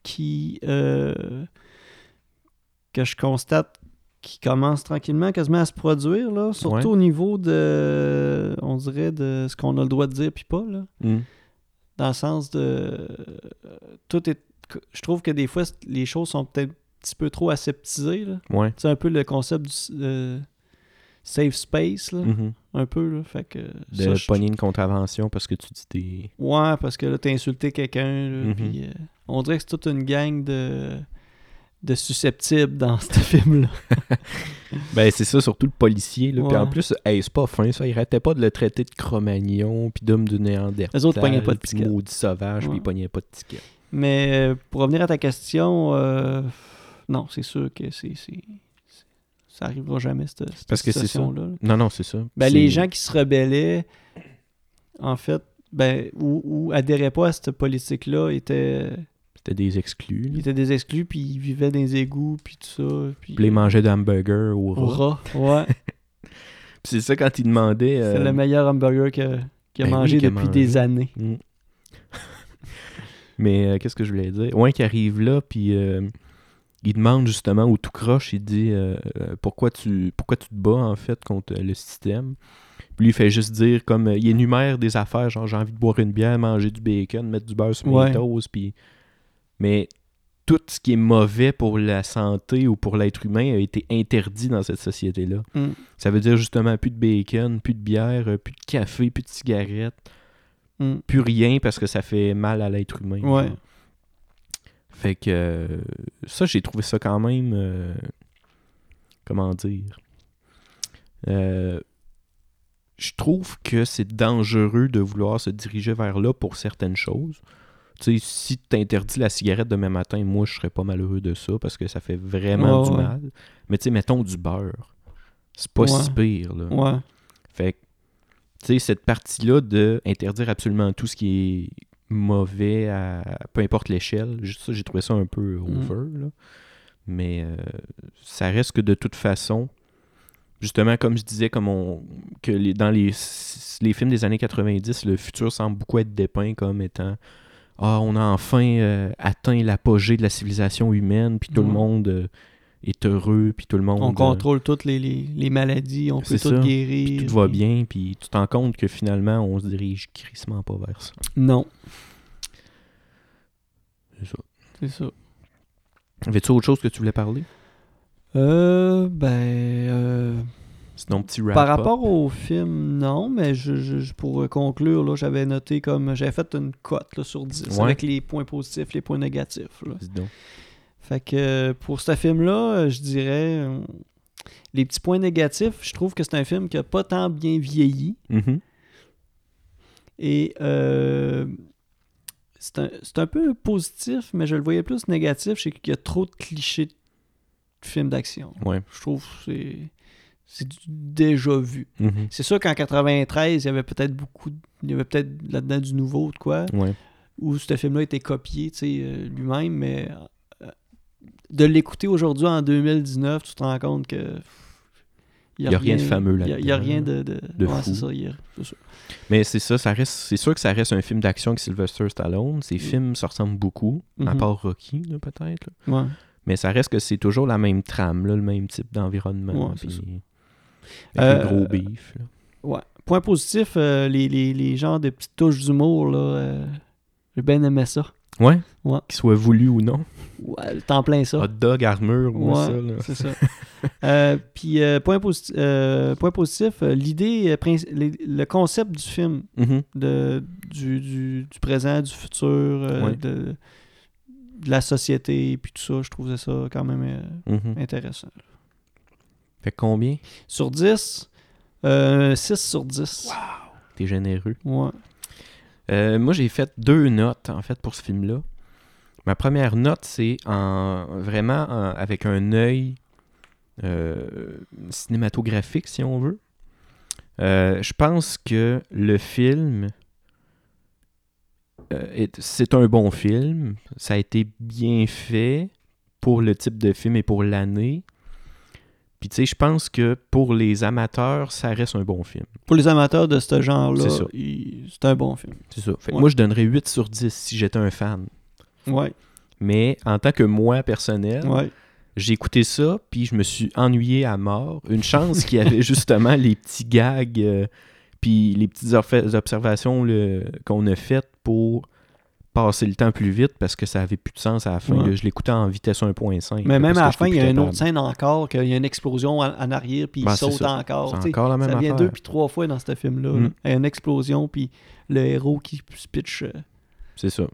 [SPEAKER 1] qui. euh, que je constate qui commencent tranquillement quasiment à se produire, là, surtout
[SPEAKER 2] Ouais.
[SPEAKER 1] au niveau de. on dirait de ce qu'on a le droit de dire puis pas, là.
[SPEAKER 2] Hmm.
[SPEAKER 1] Dans le sens de. euh, tout est. Je trouve que des fois, c'est- les choses sont peut-être un petit peu trop aseptisées, là.
[SPEAKER 2] Ouais.
[SPEAKER 1] C'est un peu le concept du euh, safe space, là,
[SPEAKER 2] Mhm.
[SPEAKER 1] un peu. Là, fait que,
[SPEAKER 2] De
[SPEAKER 1] ça, je-
[SPEAKER 2] pogner une contravention parce que tu dis t'es.
[SPEAKER 1] Ouais, parce que là, t'as insulté quelqu'un. là,
[SPEAKER 2] Mhm.
[SPEAKER 1] puis, euh, on dirait que c'est toute une gang de, de susceptibles dans ce film-là.
[SPEAKER 2] Ben c'est ça, surtout le policier. Là. Puis
[SPEAKER 1] Ouais.
[SPEAKER 2] en plus, hey, c'est pas fin ça. Il arrêtait pas de le traiter de Cro-Magnon, puis d'homme de Néandertal.
[SPEAKER 1] Les autres pognaient pas de
[SPEAKER 2] puis
[SPEAKER 1] ticket.
[SPEAKER 2] Maudit sauvage, puis
[SPEAKER 1] Ouais.
[SPEAKER 2] il pognait pas de ticket.
[SPEAKER 1] Mais euh, pour revenir à ta question, euh, non, c'est sûr que c'est. c'est- c'est- Ça arrivera jamais, cette, cette
[SPEAKER 2] Parce que c'est ça.
[SPEAKER 1] situation-là, là.
[SPEAKER 2] Non, non, c'est ça.
[SPEAKER 1] Ben,
[SPEAKER 2] C'est-
[SPEAKER 1] les gens qui se rebellaient, en fait, ben, ou, ou adhéraient pas à cette politique-là, étaient.
[SPEAKER 2] C'était des exclus. là.
[SPEAKER 1] Il était des exclus, puis il vivait dans les égouts, puis tout ça. Puis
[SPEAKER 2] Puis les mangeaient d'hamburger au
[SPEAKER 1] au
[SPEAKER 2] rat.
[SPEAKER 1] rat. Ouais,
[SPEAKER 2] Puis c'est ça quand il demandait. euh,
[SPEAKER 1] c'est le meilleur hamburger que- qu'il a
[SPEAKER 2] ben oui,
[SPEAKER 1] mangé
[SPEAKER 2] qu'il a
[SPEAKER 1] depuis
[SPEAKER 2] mangé.
[SPEAKER 1] des années.
[SPEAKER 2] Mm. Mais euh, qu'est-ce que je voulais dire? Ouais, qui arrive là, puis euh, il demande justement au tout croche, il dit euh, euh, pourquoi, tu, pourquoi tu te bats en fait contre euh, le système. Puis lui, il fait juste dire comme euh, il énumère des affaires, genre j'ai envie de boire une bière, manger du bacon, mettre du beurre sur
[SPEAKER 1] Ouais.
[SPEAKER 2] mes toasts, puis. Mais tout ce qui est mauvais pour la santé ou pour l'être humain a été interdit dans cette société-là.
[SPEAKER 1] Mm.
[SPEAKER 2] Ça veut dire justement plus de bacon, plus de bière, euh, plus de café, plus de cigarettes
[SPEAKER 1] Mm.
[SPEAKER 2] plus rien parce que ça fait mal à l'être humain.
[SPEAKER 1] Ouais.
[SPEAKER 2] genre. Fait que euh, ça, j'ai trouvé ça quand même. euh, comment dire Euh, Je trouve que c'est dangereux de vouloir se diriger vers là pour certaines choses. tu sais, si tu t'interdis la cigarette demain matin, moi, je serais pas malheureux de ça parce que ça fait vraiment
[SPEAKER 1] Ouais,
[SPEAKER 2] du
[SPEAKER 1] ouais.
[SPEAKER 2] mal. Mais tu sais, mettons du beurre. C'est pas
[SPEAKER 1] Ouais.
[SPEAKER 2] si pire, là.
[SPEAKER 1] Ouais.
[SPEAKER 2] Fait que, tu sais, cette partie-là de interdire absolument tout ce qui est mauvais à peu importe l'échelle, juste ça, j'ai trouvé ça un peu
[SPEAKER 1] Mm.
[SPEAKER 2] over, là. Mais euh, ça reste que de toute façon, justement, comme je disais, comme on, que les- dans les, les films des années 90, le futur semble beaucoup être dépeint comme étant Ah, on a enfin euh, atteint l'apogée de la civilisation humaine, puis tout le
[SPEAKER 1] Mm.
[SPEAKER 2] monde euh, est heureux, puis tout le monde.
[SPEAKER 1] On
[SPEAKER 2] euh,
[SPEAKER 1] contrôle toutes les, les, les maladies, on peut
[SPEAKER 2] C'est
[SPEAKER 1] tout
[SPEAKER 2] ça.
[SPEAKER 1] guérir.
[SPEAKER 2] puis tout va
[SPEAKER 1] puis-
[SPEAKER 2] bien, puis tu t'en compte que finalement, on se dirige crissement pas vers ça.
[SPEAKER 1] Non,
[SPEAKER 2] C'est ça.
[SPEAKER 1] c'est ça.
[SPEAKER 2] Avais-tu autre chose que tu voulais parler?
[SPEAKER 1] Euh, ben, euh,
[SPEAKER 2] Sinon, petit wrap
[SPEAKER 1] par rapport au film, non, mais je, je- je- pour conclure, là, j'avais noté comme, j'avais fait une cote là, sur 10
[SPEAKER 2] Ouais.
[SPEAKER 1] avec les points positifs, les points négatifs. là. Fait que euh, pour ce film-là, euh, je dirais, euh, les petits points négatifs, je trouve que c'est un film qui a pas tant bien vieilli.
[SPEAKER 2] Mm-hmm.
[SPEAKER 1] Et euh, c'est un, c'est un peu positif, mais je le voyais plus négatif, c'est qu'il y a trop de clichés de films d'action.
[SPEAKER 2] Ouais.
[SPEAKER 1] Je trouve que c'est c'est du déjà vu.
[SPEAKER 2] Mhm.
[SPEAKER 1] C'est sûr qu'en 93, il y avait peut-être beaucoup, de- il y avait peut-être là-dedans du nouveau de quoi,
[SPEAKER 2] Ouais.
[SPEAKER 1] où ce film-là était copié, tu sais, euh, lui-même, mais euh, de l'écouter aujourd'hui en 2019, tu te rends compte que pff,
[SPEAKER 2] Il y a rien de fameux
[SPEAKER 1] il y a- Il y a
[SPEAKER 2] là-dedans,
[SPEAKER 1] rien de, de,
[SPEAKER 2] de
[SPEAKER 1] ouais,
[SPEAKER 2] fou.
[SPEAKER 1] c'est ça, il y a- c'est ça.
[SPEAKER 2] Mais c'est ça, ça reste. C'est sûr que ça reste un film d'action avec Sylvester Stallone. Ces films se ressemblent beaucoup, à
[SPEAKER 1] Mhm.
[SPEAKER 2] part Rocky, là, peut-être. là.
[SPEAKER 1] Ouais.
[SPEAKER 2] Mais ça reste que c'est toujours la même trame, là, le même type d'environnement.
[SPEAKER 1] Ouais, c'est
[SPEAKER 2] puis-
[SPEAKER 1] ça.
[SPEAKER 2] Avec
[SPEAKER 1] Euh,
[SPEAKER 2] le gros beef. là.
[SPEAKER 1] Ouais. Point positif, euh, les, les, les genres de petites touches d'humour, là, euh, j'ai bien aimé ça.
[SPEAKER 2] Ouais.
[SPEAKER 1] Ouais.
[SPEAKER 2] Qu'il soit voulu ou non.
[SPEAKER 1] Ouais, le temps plein ça.
[SPEAKER 2] Hot dog, armure, ou
[SPEAKER 1] Ouais,
[SPEAKER 2] ça. là.
[SPEAKER 1] c'est ça. Euh, Puis, euh, point, posi- euh, point positif, euh, l'idée, euh, princi- les- le concept du film,
[SPEAKER 2] Mhm.
[SPEAKER 1] de, du, du, du présent, du futur, euh,
[SPEAKER 2] Ouais.
[SPEAKER 1] de, de la société, puis tout ça, je trouvais ça quand même euh,
[SPEAKER 2] Mhm.
[SPEAKER 1] intéressant.
[SPEAKER 2] Fait que combien?
[SPEAKER 1] Sur 10, euh, 6 sur 10.
[SPEAKER 2] T'es généreux.
[SPEAKER 1] Ouais.
[SPEAKER 2] Euh, moi, j'ai fait deux notes, en fait, pour ce film-là. Ma première note, c'est en, vraiment en- avec un œil euh, cinématographique, si on veut. Euh, je pense que le film, euh, est- c'est un bon film. Ça a été bien fait pour le type de film et pour l'année. Puis, tu sais, je pense que pour les amateurs, ça reste un bon film.
[SPEAKER 1] Pour les amateurs de ce genre-là,
[SPEAKER 2] C'est ça.
[SPEAKER 1] il- c'est un bon film.
[SPEAKER 2] C'est ça. Fait que
[SPEAKER 1] Ouais.
[SPEAKER 2] Moi, je donnerais 8 sur 10 si j'étais un fan.
[SPEAKER 1] Ouais,
[SPEAKER 2] Mais en tant que moi personnel,
[SPEAKER 1] ouais.
[SPEAKER 2] j'ai écouté ça, puis je me suis ennuyé à mort. Une chance qu'il y avait justement les petits gags, euh, puis les petites orfa- observations le- qu'on a faites pour passer le temps plus vite, parce que ça avait plus de sens à la fin.
[SPEAKER 1] Ouais.
[SPEAKER 2] là. Je l'écoutais en vitesse 1.5.
[SPEAKER 1] Mais
[SPEAKER 2] là,
[SPEAKER 1] même
[SPEAKER 2] parce
[SPEAKER 1] à la
[SPEAKER 2] que
[SPEAKER 1] fin, il y a
[SPEAKER 2] j'étais
[SPEAKER 1] une
[SPEAKER 2] plus
[SPEAKER 1] autre scène encore, qu'il y a une explosion en, en arrière, puis
[SPEAKER 2] Ben,
[SPEAKER 1] il
[SPEAKER 2] c'est
[SPEAKER 1] saute
[SPEAKER 2] ça.
[SPEAKER 1] encore.
[SPEAKER 2] capable.
[SPEAKER 1] tu
[SPEAKER 2] C'est
[SPEAKER 1] sais.
[SPEAKER 2] encore la même
[SPEAKER 1] Ça vient
[SPEAKER 2] affaire.
[SPEAKER 1] deux puis trois fois dans ce film-là.
[SPEAKER 2] Mm.
[SPEAKER 1] là. Il y a une explosion, puis le héros qui se pitch euh,
[SPEAKER 2] C'est ça.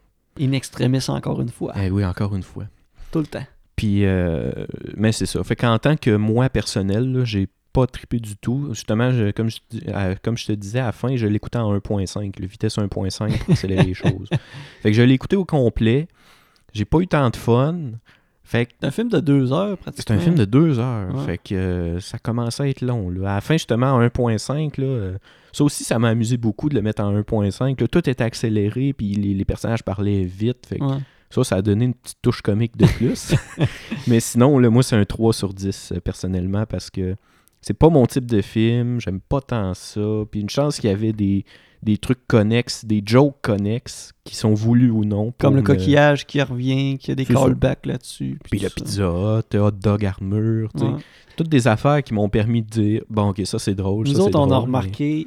[SPEAKER 1] in extremis encore une fois,
[SPEAKER 2] Eh oui, encore une fois.
[SPEAKER 1] tout le temps.
[SPEAKER 2] Puis, euh, mais c'est ça. Fait qu'en tant que moi personnel, là, j'ai pas trippé du tout. Justement, je- comme, je, dis- à- comme je te disais, à la fin, je l'écoutais en 1.5, le vitesse 1.5 pour accélérer les choses. Fait que je l'ai écouté au complet. J'ai pas eu tant de fun. Fait que
[SPEAKER 1] C'est un film de deux heures,
[SPEAKER 2] c'est
[SPEAKER 1] pratiquement.
[SPEAKER 2] un film de deux heures.
[SPEAKER 1] Ouais.
[SPEAKER 2] Fait que euh, ça commençait à être long. là. À la fin, justement, en 1.5, là, euh, ça aussi, ça m'a amusé beaucoup de le mettre en 1.5. là. Tout était accéléré, puis les, les personnages parlaient vite. Fait que
[SPEAKER 1] Ouais.
[SPEAKER 2] ça, ça a donné une petite touche comique de plus. Mais sinon, là, moi, c'est un 3 sur 10, euh, personnellement, parce que c'est pas mon type de film. J'aime pas tant ça. Puis une chance qu'il y avait des, des trucs connexes, des jokes connexes, qui sont voulus ou non. pour
[SPEAKER 1] Comme le
[SPEAKER 2] me-
[SPEAKER 1] coquillage qui revient, qui a des
[SPEAKER 2] C'est ça.
[SPEAKER 1] callbacks là-dessus.
[SPEAKER 2] Puis
[SPEAKER 1] tout
[SPEAKER 2] le
[SPEAKER 1] ça.
[SPEAKER 2] pizza hot, hot dog armure, tu sais.
[SPEAKER 1] Ouais.
[SPEAKER 2] Toutes des affaires qui m'ont permis de dire, bon, ok, ça c'est drôle.
[SPEAKER 1] Nous
[SPEAKER 2] ça, c'est
[SPEAKER 1] autres, on a
[SPEAKER 2] drôle,
[SPEAKER 1] remarqué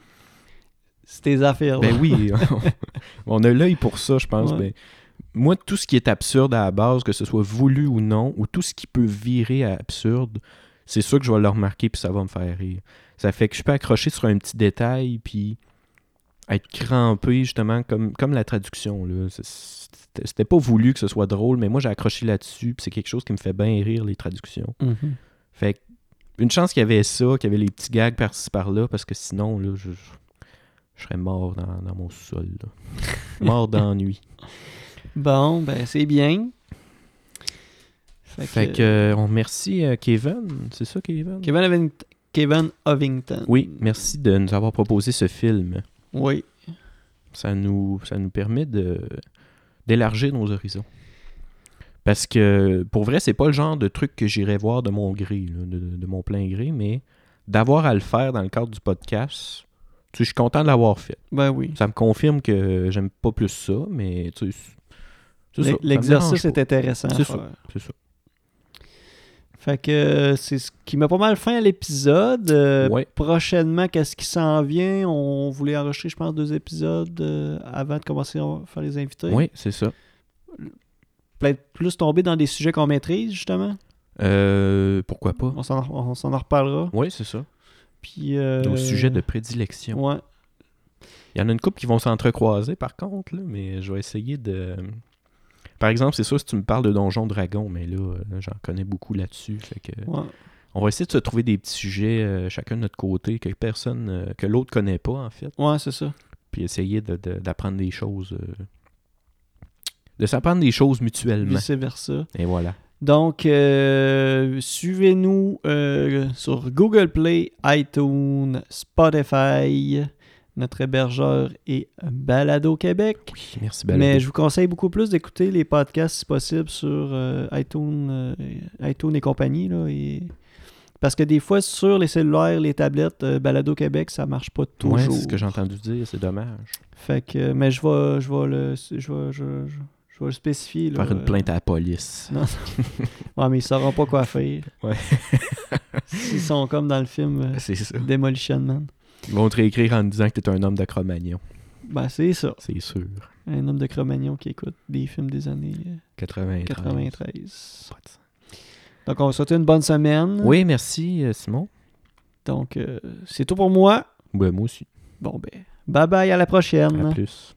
[SPEAKER 1] ces affaires-là.
[SPEAKER 2] Ben oui, on a l'œil pour ça, je pense.
[SPEAKER 1] Ouais.
[SPEAKER 2] Ben, moi, tout ce qui est absurde à la base, que ce soit voulu ou non, ou tout ce qui peut virer à absurde, c'est sûr que je vais le remarquer puis ça va me faire rire. Ça fait que je peux accrocher sur un petit détail puis être crampé, justement, comme, comme la traduction. là. C'est- C'était c'était pas voulu que ce soit drôle, mais moi, j'ai accroché là-dessus puis c'est quelque chose qui me fait bien rire, les traductions.
[SPEAKER 1] Mhm.
[SPEAKER 2] Fait que, une chance qu'il y avait ça, qu'il y avait les petits gags par-ci par-là, parce que sinon, là, je, je serais mort dans, dans mon sol. là. mort d'ennui.
[SPEAKER 1] Bon, ben c'est bien. Fait
[SPEAKER 2] Fait que, euh, on remercie euh, Kevin. C'est ça, Kevin?
[SPEAKER 1] Kevin, Oving- Kevin Ovington.
[SPEAKER 2] Oui, merci de nous avoir proposé ce film.
[SPEAKER 1] Oui.
[SPEAKER 2] Ça nous, ça nous permet de d'élargir nos horizons. Parce que, pour vrai, c'est pas le genre de truc que j'irais voir de mon gré, là, de, de mon plein gré, mais d'avoir à le faire dans le cadre du podcast, tu sais, je suis content de l'avoir fait.
[SPEAKER 1] Ben oui.
[SPEAKER 2] Ça me confirme que j'aime pas plus ça, mais tu sais, c'est- c'est ça, ça
[SPEAKER 1] L'e-
[SPEAKER 2] me dérange
[SPEAKER 1] L'exercice
[SPEAKER 2] pas.
[SPEAKER 1] est intéressant. à
[SPEAKER 2] C'est
[SPEAKER 1] faire.
[SPEAKER 2] C'est ça.
[SPEAKER 1] Fait que euh, c'est ce qui met pas mal fin à l'épisode. Euh,
[SPEAKER 2] Ouais.
[SPEAKER 1] Prochainement, qu'est-ce qui s'en vient? On voulait enregistrer, je pense, deux épisodes euh, avant de commencer à faire les invités.
[SPEAKER 2] Oui, c'est ça.
[SPEAKER 1] Peut-être plus tomber dans des sujets qu'on maîtrise, justement.
[SPEAKER 2] Euh, pourquoi pas?
[SPEAKER 1] On s'en on s'en en reparlera.
[SPEAKER 2] Oui, c'est ça.
[SPEAKER 1] Puis, euh,
[SPEAKER 2] Nos sujets de prédilection.
[SPEAKER 1] Ouais.
[SPEAKER 2] Il y en a une couple qui vont s'entrecroiser, par contre, là, mais je vais essayer de... Par exemple, c'est sûr, si tu me parles de Donjon Dragon, mais là, euh, j'en connais beaucoup là-dessus. Fait que...
[SPEAKER 1] ouais.
[SPEAKER 2] On va essayer de se trouver des petits sujets, euh, chacun de notre côté, que personne, euh, que l'autre connaît pas, en fait.
[SPEAKER 1] Ouais, c'est ça.
[SPEAKER 2] Puis essayer de- de- d'apprendre des choses... euh, De s'apprendre des choses mutuellement.
[SPEAKER 1] Vice-versa.
[SPEAKER 2] Et voilà.
[SPEAKER 1] Donc, euh, suivez-nous euh, sur Google Play, iTunes, Spotify. Notre hébergeur est Balado Québec.
[SPEAKER 2] Oui, merci,
[SPEAKER 1] Mais
[SPEAKER 2] Balado.
[SPEAKER 1] je vous conseille beaucoup plus d'écouter les podcasts si possible sur euh, iTunes, euh, et- iTunes et compagnie. Là, et... Parce que des fois, sur les cellulaires, les tablettes, euh, Balado Québec, ça marche pas toujours.
[SPEAKER 2] Ouais, c'est ce que j'ai entendu dire, c'est dommage.
[SPEAKER 1] Fait que, euh, mais je vais, je vais le, je vais, je, je- je vais le spécifier. là.
[SPEAKER 2] Faire une plainte à la police.
[SPEAKER 1] Ouais, mais ils sauront pas quoi faire.
[SPEAKER 2] Ouais.
[SPEAKER 1] S'ils sont comme dans le film euh,
[SPEAKER 2] C'est ça.
[SPEAKER 1] Demolition Man.
[SPEAKER 2] Ils vont te réécrire en te disant que t'es un homme de Cro-Magnon.
[SPEAKER 1] Ben, c'est ça.
[SPEAKER 2] C'est sûr.
[SPEAKER 1] Un homme de Cro-Magnon qui écoute des films des années euh,
[SPEAKER 2] 93.
[SPEAKER 1] 93. Donc, on vous souhaite une bonne semaine.
[SPEAKER 2] Oui, merci euh, Simon.
[SPEAKER 1] Donc, euh, c'est tout pour moi.
[SPEAKER 2] Ouais, moi aussi.
[SPEAKER 1] Bon, ben, bye bye, à la prochaine.
[SPEAKER 2] À plus.